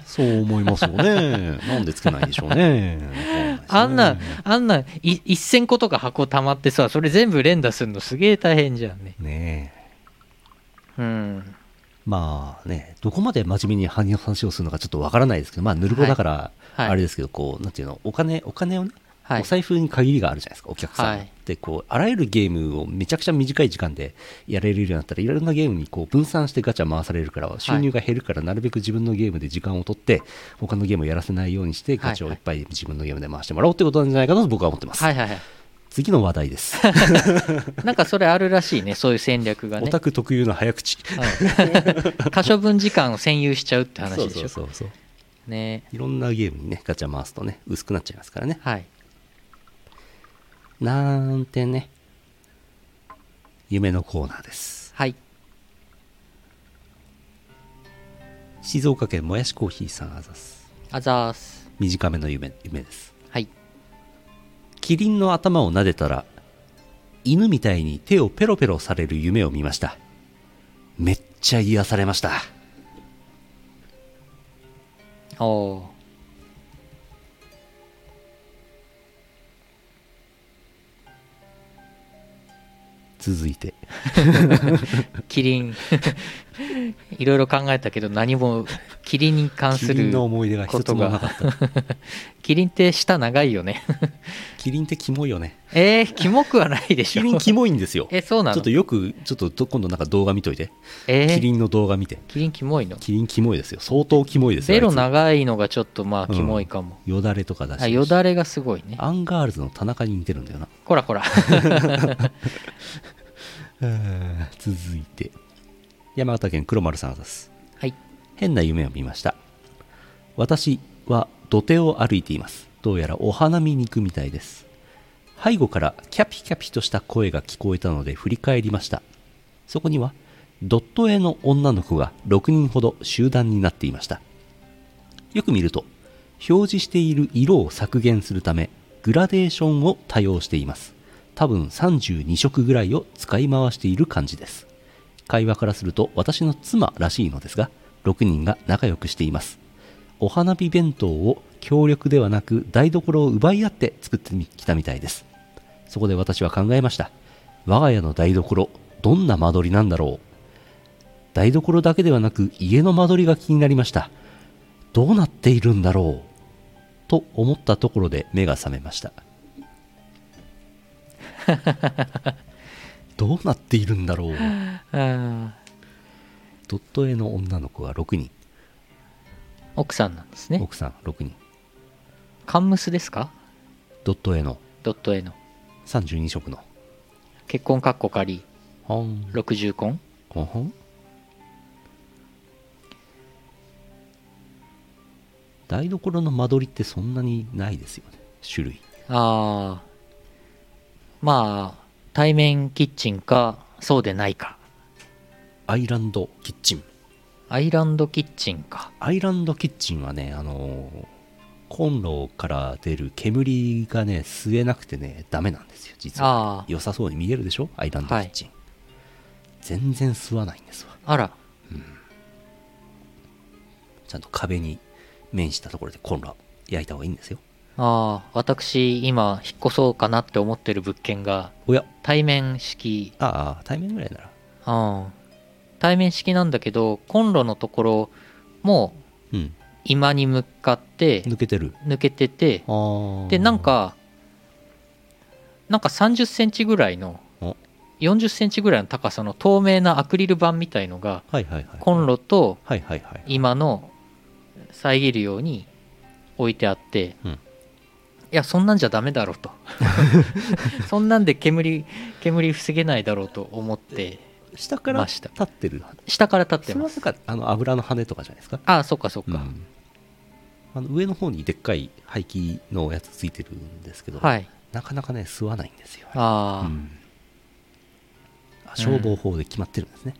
Speaker 2: そう思いますよね。なんでつけないんでしょうね。わかんないですね
Speaker 1: あんなあんない1000個とか箱たまってさそれ全部連打するのすげえ大変じゃんね
Speaker 2: ね
Speaker 1: う
Speaker 2: え。
Speaker 1: ん
Speaker 2: まあね、どこまで真面目に話をするのかちょっとわからないですけど、まあ、ぬるぼだから、
Speaker 1: はい
Speaker 2: あれですけど、こう、なんていうの、お金、お金をね、
Speaker 1: はい
Speaker 2: お財布に限りがあるじゃないですか、お客さん。
Speaker 1: はい
Speaker 2: で、こう、あらゆるゲームをめちゃくちゃ短い時間でやれるようになったら、いろんなゲームにこう分散してガチャ回されるから、収入が減るから、なるべく自分のゲームで時間を取って、他のゲームをやらせないようにして、ガチャをいっぱい自分のゲームで回してもらおうってことなんじゃないかなと僕は思ってます。
Speaker 1: はいはいはい
Speaker 2: 次の話題です。
Speaker 1: なんかそれあるらし いね、そういう戦略が
Speaker 2: オ
Speaker 1: ね。
Speaker 2: タク特有の早口。
Speaker 1: うん箇所分時間を占有しちゃうって話でしょ。
Speaker 2: そうそうそうそう。
Speaker 1: ね
Speaker 2: いろんなゲームにね、ガチャ回すとね、薄くなっちゃいますからね。
Speaker 1: はい。
Speaker 2: なんてね。夢のコーナーです。
Speaker 1: はい。
Speaker 2: 静岡県もやしコーヒーさんあざす。
Speaker 1: あざーす。
Speaker 2: 短めの夢、夢です。
Speaker 1: はい。
Speaker 2: キリンの頭を撫でたら、犬みたいに手をペロペロされる夢を見ました。めっちゃ癒されました。
Speaker 1: おお
Speaker 2: 続いて。
Speaker 1: ー。キリン。 いろいろ考えたけど、何もキリンに関
Speaker 2: キ
Speaker 1: す
Speaker 2: リン
Speaker 1: る。
Speaker 2: の思い出が一つもなかった。
Speaker 1: キリンって舌長いよね。
Speaker 2: キリンってキモいよね。
Speaker 1: えー、キモくはないでし
Speaker 2: キ
Speaker 1: ょ
Speaker 2: リン。キモいんですよ。
Speaker 1: え、そうな
Speaker 2: ちょっ
Speaker 1: の
Speaker 2: とよく、ちょっとど今度なんか動画見といて。
Speaker 1: えー
Speaker 2: キリンの動画見て。
Speaker 1: キリンキモいの。
Speaker 2: キリンキモいですよ。相当キモいですよ。
Speaker 1: ベロ
Speaker 2: あい
Speaker 1: 長いのがちょっとまあ、キモいかも。
Speaker 2: つよだれとか出してる
Speaker 1: あ、
Speaker 2: し
Speaker 1: よだれがすごいね。
Speaker 2: アンガールズの田中に似てるんだよな。
Speaker 1: こらこ ら。
Speaker 2: 続いて。山形県黒丸さんです。
Speaker 1: はい。
Speaker 2: 変な夢を見ました。私は土手を歩いています。どうやらお花見に行くみたいです。背後からキャピキャピとした声が聞こえたので振り返りました。そこには、ドット絵の女の子が6人ほど集団になっていました。よく見ると、表示している色を削減するため、グラデーションを多用しています。多分32色ぐらいを使い回している感じです。会話からすると私の妻らしいのですが、6人が仲良くしています。お花火弁当を協力ではなく台所を奪い合って作ってきたみたいです。そこで私は考えました。我が家の台所、どんな間取りなんだろう台所だけではなく家の間取りが気になりました。どうなっているんだろうと思ったところで目が覚めましたどうなっているんだろう
Speaker 1: うん
Speaker 2: ドット絵の女の子が6人
Speaker 1: 奥さんなんですね。
Speaker 2: 奥さん6人
Speaker 1: カンムスですか
Speaker 2: ドット絵の
Speaker 1: ドット絵の
Speaker 2: 32色の
Speaker 1: 結婚かっこ仮
Speaker 2: ほん
Speaker 1: 60婚
Speaker 2: ほんほん台所の間取りってそんなにないですよね種類
Speaker 1: ああまあ対面キッチンかそうでないか
Speaker 2: アイランドキッチン
Speaker 1: アイランドキッチンか
Speaker 2: アイランドキッチンはね、あのーコンロから出る煙がね吸えなくてねダメなんですよ実は
Speaker 1: ああ
Speaker 2: 良さそうに見えるでしょアイランドキッチン、全然吸わないんですわ
Speaker 1: あら
Speaker 2: ちゃんと壁に面したところでコンロ焼いた方がいいんですよ
Speaker 1: ああ私今引っ越そうかなって思ってる物件が
Speaker 2: おや
Speaker 1: 対面式
Speaker 2: ああ対面ぐらいなら
Speaker 1: うん対面式なんだけどコンロのところも
Speaker 2: うん
Speaker 1: う居間に向かって
Speaker 2: 抜けてる
Speaker 1: 抜けてて
Speaker 2: あー
Speaker 1: でなんかなんか30センチぐらいの
Speaker 2: お
Speaker 1: 40センチぐらいの高さの透明なアクリル板みたいのが
Speaker 2: はいはいはい
Speaker 1: コンロと
Speaker 2: はいはいはい
Speaker 1: 今の遮るように置いてあって、
Speaker 2: うん
Speaker 1: いやそんなんじゃダメだろう とそんなんで煙煙防げないだろうと思って
Speaker 2: 下から
Speaker 1: ました
Speaker 2: 立ってる
Speaker 1: 下から立っ
Speaker 2: そ
Speaker 1: て
Speaker 2: れ
Speaker 1: ま
Speaker 2: は
Speaker 1: す
Speaker 2: なんかあの油の羽とかじゃないですか
Speaker 1: ああそっかそっ
Speaker 2: う
Speaker 1: か、
Speaker 2: んあの上の方にでっかい排気のやつついてるんですけど、
Speaker 1: はい
Speaker 2: なかなかね吸わないんですよあれ
Speaker 1: ああ、
Speaker 2: うんあ消防法で決まってるんですね、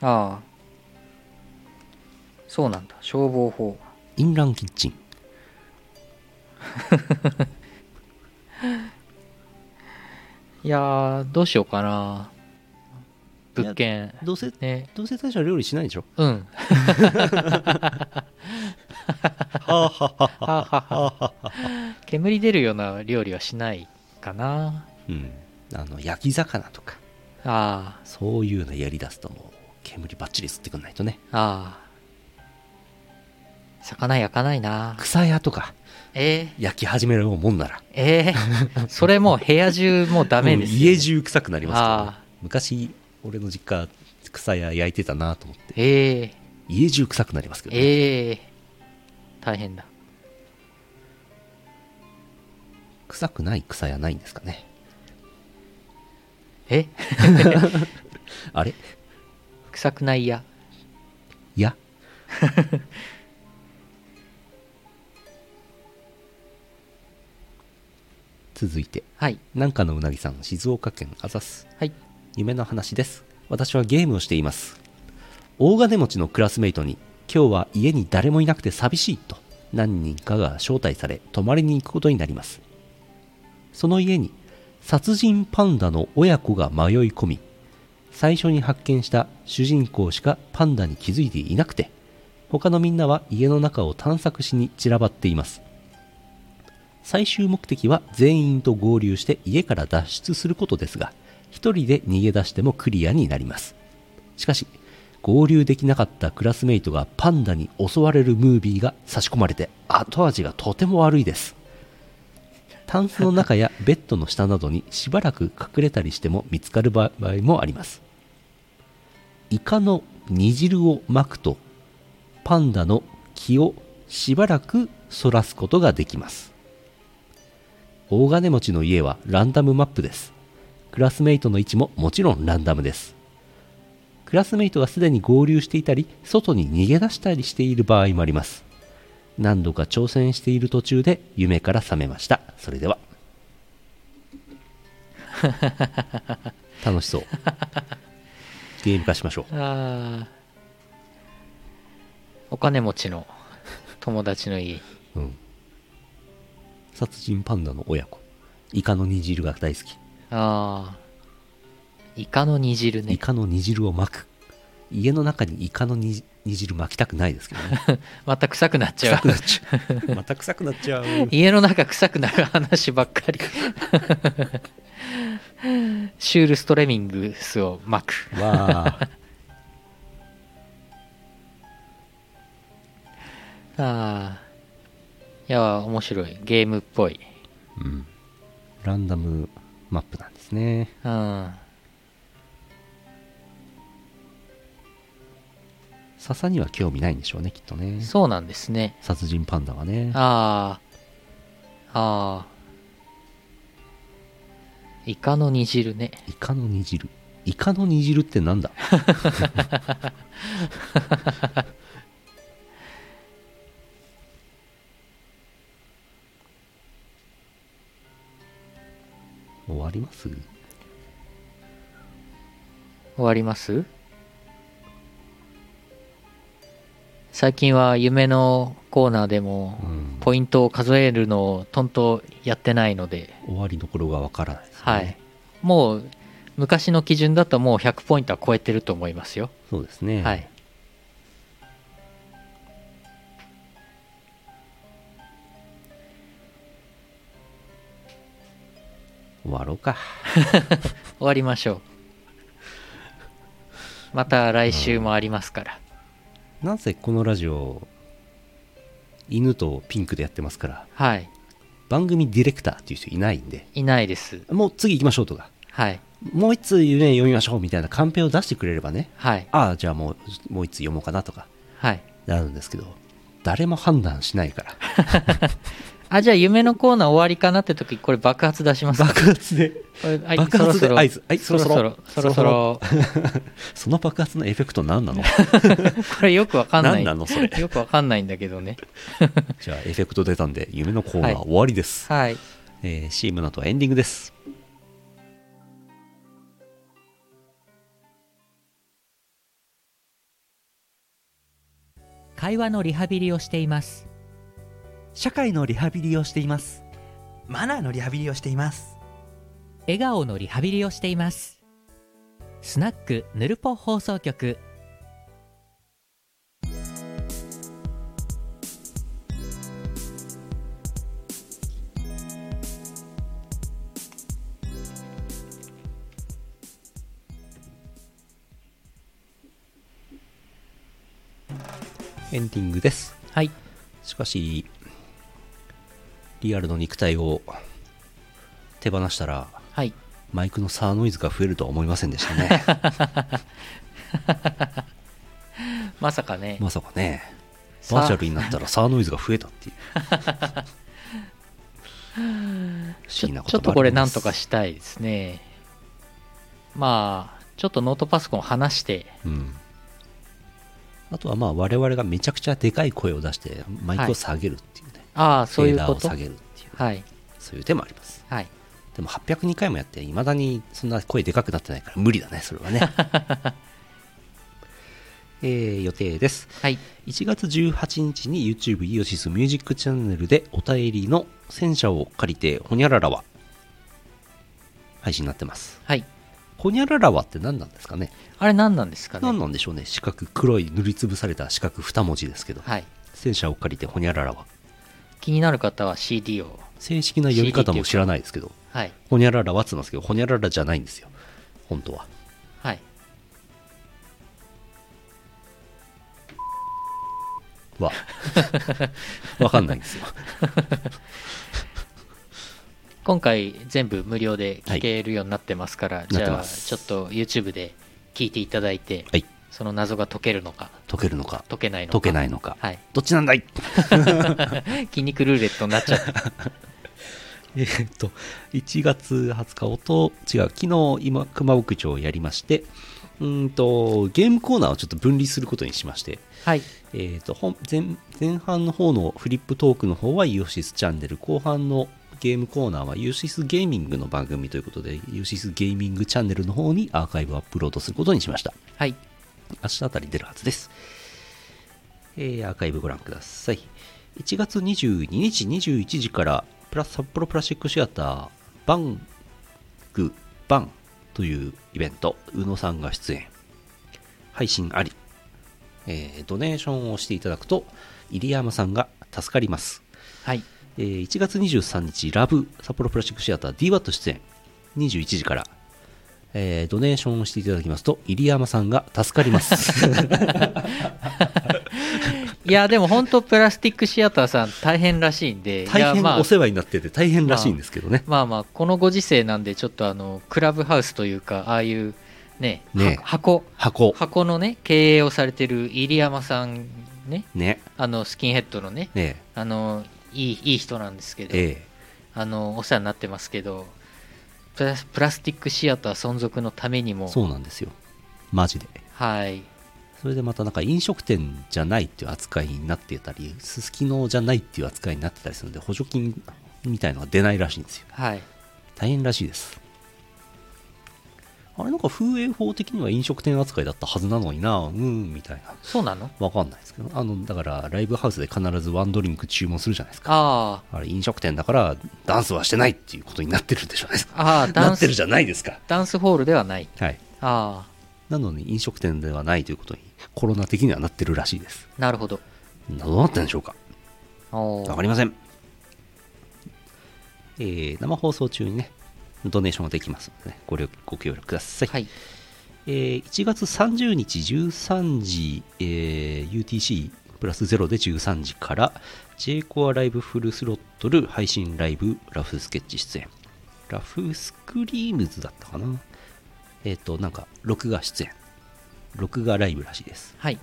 Speaker 1: ああそうなんだ消防法
Speaker 2: インランキッチン
Speaker 1: いやーどうしようかな物件
Speaker 2: どうせ
Speaker 1: ね
Speaker 2: どうせ大将は料理しないで しょ
Speaker 1: うん
Speaker 2: はあはあはあ
Speaker 1: ははは煙出るような料理はしないかな
Speaker 2: うんあの焼き魚とか
Speaker 1: あ
Speaker 2: そういうのやりだすともう煙ばっちり吸ってくんないとね
Speaker 1: あああ魚焼かないな
Speaker 2: 草屋とか
Speaker 1: え
Speaker 2: 焼き始めるもんなら
Speaker 1: ー、え ー、それもう部屋中もうダメです
Speaker 2: う
Speaker 1: よ
Speaker 2: ん家中臭くなりますからね、
Speaker 1: あ
Speaker 2: 昔俺の実家草屋焼いてたなと思って
Speaker 1: えー、
Speaker 2: 家中臭くなりますけどね、
Speaker 1: ええ大変だ
Speaker 2: 臭くない草屋ないんですかね
Speaker 1: え
Speaker 2: あれ
Speaker 1: 臭くないや
Speaker 2: いや 続いて
Speaker 1: はい
Speaker 2: なんかのうなぎさん静岡県あざす
Speaker 1: はい
Speaker 2: 夢の話です私はゲームをしています大金持ちのクラスメイトに今日は家に誰もいなくて寂しいと何人かが招待され泊まりに行くことになりますその家に殺人パンダの親子が迷い込み最初に発見した主人公しかパンダに気づいていなくて他のみんなは家の中を探索しに散らばっています最終目的は全員と合流して家から脱出することですが一人で逃げ出してもクリアになりますしかし合流できなかったクラスメイトがパンダに襲われるムービーが差し込まれて後味がとても悪いですタンスの中やベッドの下などにしばらく隠れたりしても見つかる場合もありますイカの煮汁をまくとパンダの気をしばらくそらすことができます大金持ちの家はランダムマップですクラスメイトの位置ももちろんランダムですクラスメイトがすでに合流していたり外に逃げ出したりしている場合もあります何度か挑戦している途中で夢から覚めましたそれでは楽しそうゲーム化しましょう
Speaker 1: ああお金持ちの友達の家
Speaker 2: うん。殺人パンダの親子。イカの煮汁が大好き。
Speaker 1: ああイカの煮汁
Speaker 2: イ
Speaker 1: ね
Speaker 2: カの煮汁を巻く。家の中にイカの煮煮汁巻きたくないですけどね。
Speaker 1: また臭くなっちゃ
Speaker 2: 臭
Speaker 1: う
Speaker 2: くなっち ゃう。また臭くなっちゃう。
Speaker 1: 家の中臭くなる話ばっか りシュールストレミングスを巻く
Speaker 2: わあ。
Speaker 1: ああいや面白いゲームっぽい
Speaker 2: うん。ランダムマップなんですね。
Speaker 1: うん
Speaker 2: 笹には興味ないんでしょうね、きっとね。
Speaker 1: そうなんですね
Speaker 2: 殺人パンダはね。
Speaker 1: ああああイカの煮汁ね
Speaker 2: イカの煮汁。イカの煮汁ってなん だ終わります
Speaker 1: 終わります最近は夢のコーナーでも
Speaker 2: うん
Speaker 1: ポイントを数えるのをとんとやってないので、
Speaker 2: 終わりどころがわからないですね、
Speaker 1: はい、もう昔の基準だともう100ポイントは超えてると思いますよ、
Speaker 2: そうですね
Speaker 1: はい、
Speaker 2: 終わろうか
Speaker 1: 終わりましょうまた来週もありますから、
Speaker 2: なぜこのラジオ犬とピンクでやってますから
Speaker 1: はい
Speaker 2: 番組ディレクターっていう人いないんで
Speaker 1: いないです
Speaker 2: もう次行きましょうとか
Speaker 1: はい
Speaker 2: もう一通ね読みましょうみたいなカンペを出してくれればね
Speaker 1: はい
Speaker 2: ああじゃあもうもう一通読もうかなとか
Speaker 1: はい
Speaker 2: なるんですけど誰も判断しないから
Speaker 1: あじゃあ夢のコーナー終わりかなって時これ爆発出します
Speaker 2: 爆発で
Speaker 1: これはい
Speaker 2: 爆発で
Speaker 1: そろそろ
Speaker 2: 合図はい
Speaker 1: そろそろそ
Speaker 2: そ
Speaker 1: ろ
Speaker 2: ろ
Speaker 1: そ
Speaker 2: そ
Speaker 1: ろ
Speaker 2: ろその爆発のエフェクト何なの
Speaker 1: これよくわかんない
Speaker 2: 何な のそれ
Speaker 1: よくわかんないんだけどね
Speaker 2: じゃあエフェクト出たんで夢のコーナ
Speaker 1: はい
Speaker 2: ー終わりです、
Speaker 1: はい
Speaker 2: えー、CM の後はエンディングです
Speaker 5: 会話のリハビリをしています
Speaker 6: 社会のリハビリをしていますマナーのリハビリをしています
Speaker 5: 笑顔のリハビリをしていますスナックぬるぽ放送局
Speaker 2: エンディングです
Speaker 1: はい
Speaker 2: しかしリアルの肉体を手放したら
Speaker 1: はい
Speaker 2: マイクのサーノイズが増えるとは思いませんでし たね
Speaker 1: まさかね、
Speaker 2: まさかね
Speaker 1: さあ
Speaker 2: バーチャルになったらサーノイズが増え たっていう不
Speaker 1: ちょ
Speaker 2: 思議な
Speaker 1: ちょっ
Speaker 2: とも
Speaker 1: と
Speaker 2: ある
Speaker 1: これ
Speaker 2: も
Speaker 1: なん
Speaker 2: です
Speaker 1: とかしたいですねまあちょっとノートパソコン離して
Speaker 2: うん、あとはまあ我々がめちゃくちゃでかい声を出してマイクを下げるっていうね、
Speaker 1: ああそうい
Speaker 2: フェー
Speaker 1: う
Speaker 2: ダー
Speaker 1: こ
Speaker 2: を
Speaker 1: と
Speaker 2: 下げるっていう
Speaker 1: はい
Speaker 2: そういう手もあります
Speaker 1: はい
Speaker 2: でも802回もやっていまだにそんな声でかくなってないから無理だねそれは ねえー、予定です
Speaker 1: はい
Speaker 2: 1月18日に YouTube イオシスミュージックチャンネルでお便りの戦車を借りてほにゃららは配信になってます
Speaker 1: はい
Speaker 2: ほにゃららはって何なんですかね
Speaker 1: あれ何なんですかね
Speaker 2: 何なんでしょうね四角黒い塗りつぶされた四角二文字ですけど、
Speaker 1: はい
Speaker 2: 戦車を借りてほにゃららは
Speaker 1: 気になる方は CD を
Speaker 2: 正式な読み方も知らないですけど
Speaker 1: はい
Speaker 2: ほにゃららはっつうんですけどほにゃららじゃないんですよ本当は
Speaker 1: はい
Speaker 2: はわかんないんですよ
Speaker 1: 今回全部無料で聴けるようになってますから、じ
Speaker 2: なって
Speaker 1: ゃあ
Speaker 2: ます
Speaker 1: ちょっと YouTube で聴いていただいて、
Speaker 2: はい
Speaker 1: その謎が解けるのか
Speaker 2: 解けるのか
Speaker 1: 解けないのか
Speaker 2: 解けないのか、
Speaker 1: はい
Speaker 2: どっちなんだい
Speaker 1: 筋肉ルーレットになっちゃ った
Speaker 2: えーっと1月20日おと違う昨日今熊牧町をやりましてうーんとゲームコーナーをちょっと分離することにしまして
Speaker 1: はい
Speaker 2: えー、と本前前半の方のフリップトークの方はイオシスチャンネル後半のゲームコーナーはイオシスゲーミングの番組ということでイオシスゲーミングチャンネルの方にアーカイブをアップロードすることにしました
Speaker 1: はい
Speaker 2: 明日あたり出るはずです、えーアーカイブご覧ください1月22日21時からプラス札幌プラスチックシアターバングバンというイベント宇野さんが出演配信あり、えードネーションをしていただくと入山さんが助かります
Speaker 1: はい
Speaker 2: えー1月23日、ラブ札幌プラスチックシアター DWAT 出演、21時から、えードネーションをしていただきますと、入山さんが助かります。
Speaker 1: いやでも本当プラスティックシアターさん大変らしいんで
Speaker 2: 大
Speaker 1: いや
Speaker 2: 変
Speaker 1: まあ
Speaker 2: お世話になってて、大変らしいんですけどね。
Speaker 1: まあまあこのご時世なんでちょっとあのクラブハウスというかああいうね
Speaker 2: ね
Speaker 1: は箱
Speaker 2: 箱、
Speaker 1: 箱のね経営をされてる入山さんね
Speaker 2: ね、
Speaker 1: あのスキンヘッドのね
Speaker 2: ね
Speaker 1: あのいいいい人なんですけど、
Speaker 2: ええ
Speaker 1: あのお世話になってますけどプラスプラスティックシアター存続のためにも
Speaker 2: そうなんですよ。マジで。
Speaker 1: はい
Speaker 2: それでまたなんか飲食店じゃないっていう扱いになってたり、すすきのじゃないっていう扱いになってたりするので、補助金みたいのが出ないらしいんですよ。
Speaker 1: はい
Speaker 2: 大変らしいですあれなんか風営法的には飲食店扱いだったはずなのになうんみたいな
Speaker 1: そうなの
Speaker 2: わかんないですけどあのだからライブハウスで必ずワンドリンク注文するじゃないですか
Speaker 1: あ
Speaker 2: あれ飲食店だからダンスはしてないっていうことになってるんでしょうね
Speaker 1: あああダ
Speaker 2: な
Speaker 1: ン
Speaker 2: って
Speaker 1: ス
Speaker 2: るじゃないですか
Speaker 1: ダンスホールではない
Speaker 2: はい
Speaker 1: あ
Speaker 2: なのに飲食店ではないということにコロナ的にはなってるらしいです
Speaker 1: あなるほど
Speaker 2: どうなってんでしょうか
Speaker 1: おー
Speaker 2: わかりません。えー生放送中にね、ドネーションができますので、ね、ご了ご協力ください。
Speaker 1: はい
Speaker 2: えー1月30日13時、えー UTC プラス0で13時から J コアライブフルスロットル配信ライブラフスケッチ出演ラフスクリームズだったかなえっ、となんか録画出演録画ライブらしいです
Speaker 1: はい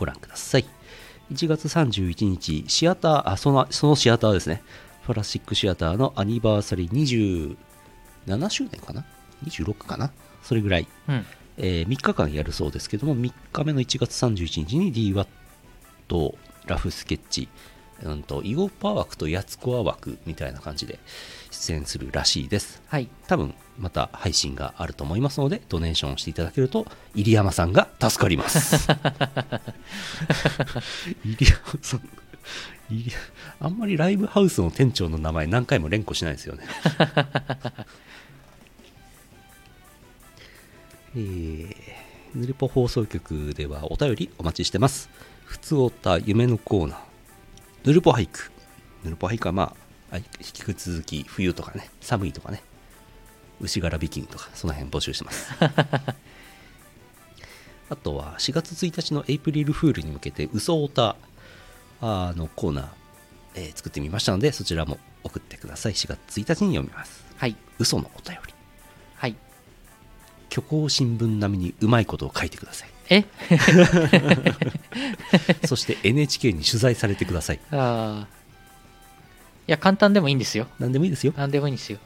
Speaker 2: ご覧ください。1月31日、シアター、あ、その、そのシアターですね。プラスチックシアターのアニバーサリー27周年かな ?26 かなそれぐらい、
Speaker 1: うん
Speaker 2: えー3日間やるそうですけども、3日目の1月31日に DWAT、ラフスケッチ、うんと、イゴパー枠とヤツコア枠みたいな感じで出演するらしいです。
Speaker 1: はい
Speaker 2: 多分また配信があると思いますのでドネーションしていただけると入山さんが助かります 入山さん入山あんまりライブハウスの店長の名前何回も連呼しないですよね えーぬるぽ放送局ではお便りお待ちしてますふつおた夢のコーナーぬるぽ俳句ぬるぽ俳句はまああ引き続き冬とかね寒いとかね牛柄ビキニとかその辺募集してます あとは4月1日のエイプリルフールに向けて嘘オタあのコーナー、えー作ってみましたのでそちらも送ってください4月1日に読みます
Speaker 1: はい
Speaker 2: 嘘のお便り
Speaker 1: はい
Speaker 2: 虚構新聞並みにうまいことを書いてください
Speaker 1: え
Speaker 2: そして NHK に取材されてください
Speaker 1: ああいや簡単でもいいんですよ
Speaker 2: 何でもいいですよ
Speaker 1: 何でもいいんですよ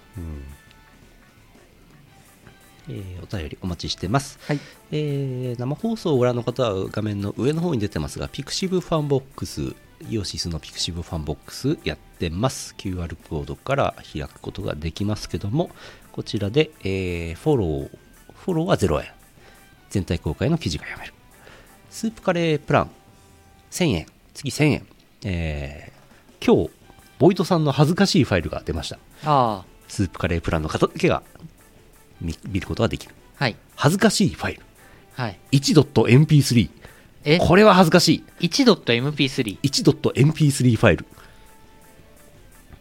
Speaker 2: うんえーお便りお待ちしてます、
Speaker 1: はい
Speaker 2: えー生放送をご覧の方は画面の上の方に出てますがピクシブファンボックスイオシスのピクシブファンボックスやってます QR コードから開くことができますけどもこちらで、えーフォローフォローは0円全体公開の記事が読めるスープカレープラン1000円次1000円、えー今日ボイトさんの恥ずかしいファイルが出ました
Speaker 1: あ
Speaker 2: スープカレープランの方だけが見見ることができる。
Speaker 1: あはい
Speaker 2: 恥ずかしいファイル。
Speaker 1: はい
Speaker 2: 1.mp3。
Speaker 1: え
Speaker 2: これは恥ずかし
Speaker 1: 1.mp3
Speaker 2: い。1.mp3 ファイル。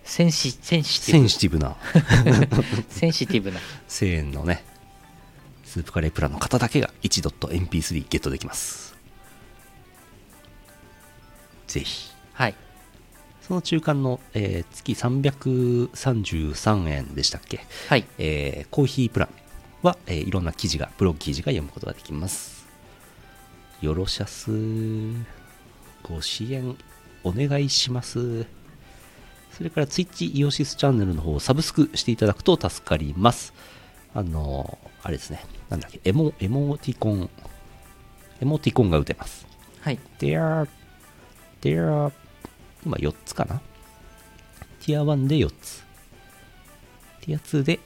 Speaker 1: センシセンシテ
Speaker 2: セ
Speaker 1: ィ
Speaker 2: ンシティブな
Speaker 1: ブセンシティブな
Speaker 2: 1000円のね、スープカレープランの方だけが 1.mp3 ゲットできます。ぜひ。
Speaker 1: はい
Speaker 2: その中間の、えー月333円でしたっけ
Speaker 1: はい
Speaker 2: えーコーヒープランは、えーいろんな記事が、ブログ記事が読むことができます。よろしゃす。ご支援お願いします。それから Twitch イオシスチャンネルの方をサブスクしていただくと助かります。あのーあれですね。なんだっけ、エモ、エモティコン。エモティコンが打てます。
Speaker 1: はい
Speaker 2: There, there, 今4つかなティア1で4つ。ティア2で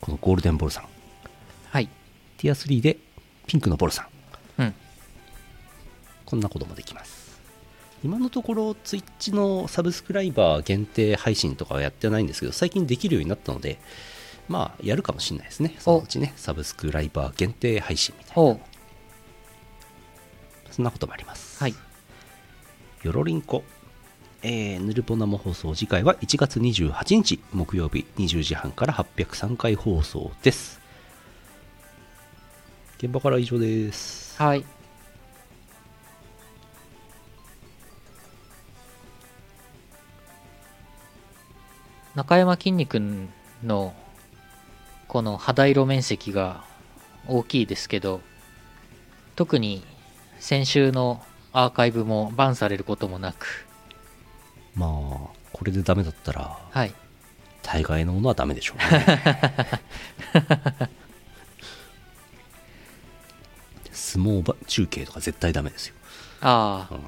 Speaker 2: このゴールデンボルさん。
Speaker 1: はい
Speaker 2: ティア3でピンクのボルさん。
Speaker 1: うん
Speaker 2: こんなこともできます。今のところ、ツイッチのサブスクライバー限定配信とかはやってないんですけど、最近できるようになったので、まあ、やるかもしれないですね。そのうちね、サブスクライバー限定配信みたいな。
Speaker 1: おう
Speaker 2: そんなこともあります。
Speaker 1: はい
Speaker 2: よろりんこ。えー、ぬるぽ生放送次回は1月28日木曜日20時半から803回放送です。現場から以上です。
Speaker 1: はい中山きんに君のこの肌色面積が大きいですけど特に先週のアーカイブもバンされることもなく
Speaker 2: まあ、これでダメだったら、
Speaker 1: はい
Speaker 2: 大概のものはダメでしょうね。 相撲ば中継とか絶対ダメですよ。
Speaker 1: ああ、
Speaker 2: うん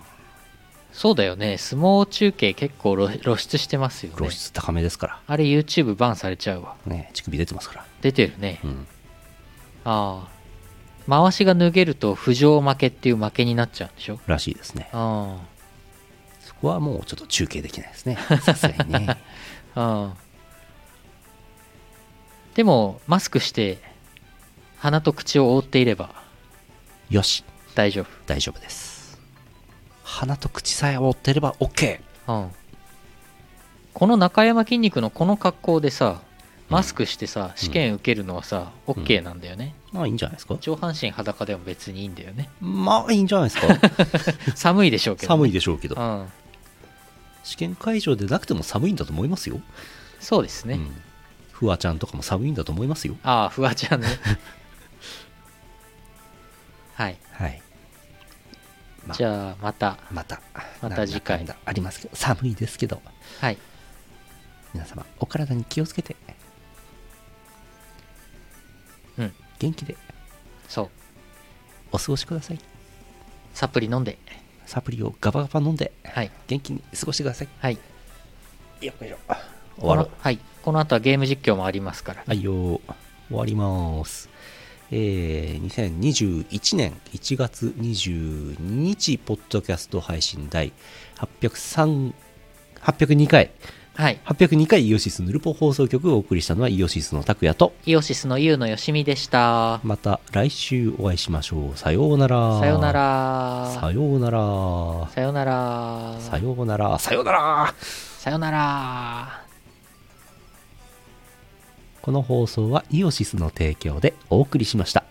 Speaker 1: そうだよね相撲中継結構露露出してますよね
Speaker 2: 露出高めですか
Speaker 1: あれ YouTube バンされちゃうわ
Speaker 2: ら。ね、乳首出てますから。
Speaker 1: 出てるね
Speaker 2: うん。
Speaker 1: ああ回しが脱げると不条負けっていう負けになっちゃうんでしょ
Speaker 2: らしいですね
Speaker 1: ああ
Speaker 2: そこはもうちょっと中継できないですねさすがに ね
Speaker 1: ああでもマスクして鼻と口を覆っていれば
Speaker 2: よし
Speaker 1: 大丈
Speaker 2: 大丈夫です鼻と口さえ覆ってれば OK
Speaker 1: 夫、うん、この中山筋肉のこの格好でさマスクしてさ、試験受けるのはさ、OK なんだよね
Speaker 2: まあいいんじゃないですか
Speaker 1: 上半身裸でも別にいいんだよね
Speaker 2: まあいいんじゃない ですか
Speaker 1: 寒いでしょうけどね、
Speaker 2: 寒い
Speaker 1: で
Speaker 2: でしょうけど
Speaker 1: うん、
Speaker 2: 試験会場でなくても寒いんだと思いますよ、
Speaker 1: そうですね、
Speaker 2: うん、フワちゃんとかも寒いんだと思いますよ
Speaker 1: ああフワち ゃんねはい
Speaker 2: はいまあ
Speaker 1: じゃあまた
Speaker 2: また
Speaker 1: また次回
Speaker 2: なんだかんだありますけど寒いですけど
Speaker 1: はい
Speaker 2: 皆様お体に気をつけて
Speaker 1: うん
Speaker 2: 元気で
Speaker 1: そう
Speaker 2: お過ごしください
Speaker 1: サプリ飲んで
Speaker 2: サプリをガバガバ飲んで
Speaker 1: はい
Speaker 2: 元気に過ごしてください
Speaker 1: はい
Speaker 2: よっこいしょ終わろう
Speaker 1: このはいこの後はゲーム実況もありますから
Speaker 2: はいよー終わりますえー、2021年1月22日ポッドキャスト配信第803 802回
Speaker 1: はい
Speaker 2: 802回イオシスヌルポ放送局をお送りしたのはイオシスの拓也と
Speaker 1: イオシスのユウのよしみでした
Speaker 2: また来週お会いしましょうさようなら
Speaker 1: さよなら
Speaker 2: さようなら
Speaker 1: さよなら
Speaker 2: さようならさようなら
Speaker 1: さよなら
Speaker 2: この放送はイオシスの提供でお送りしました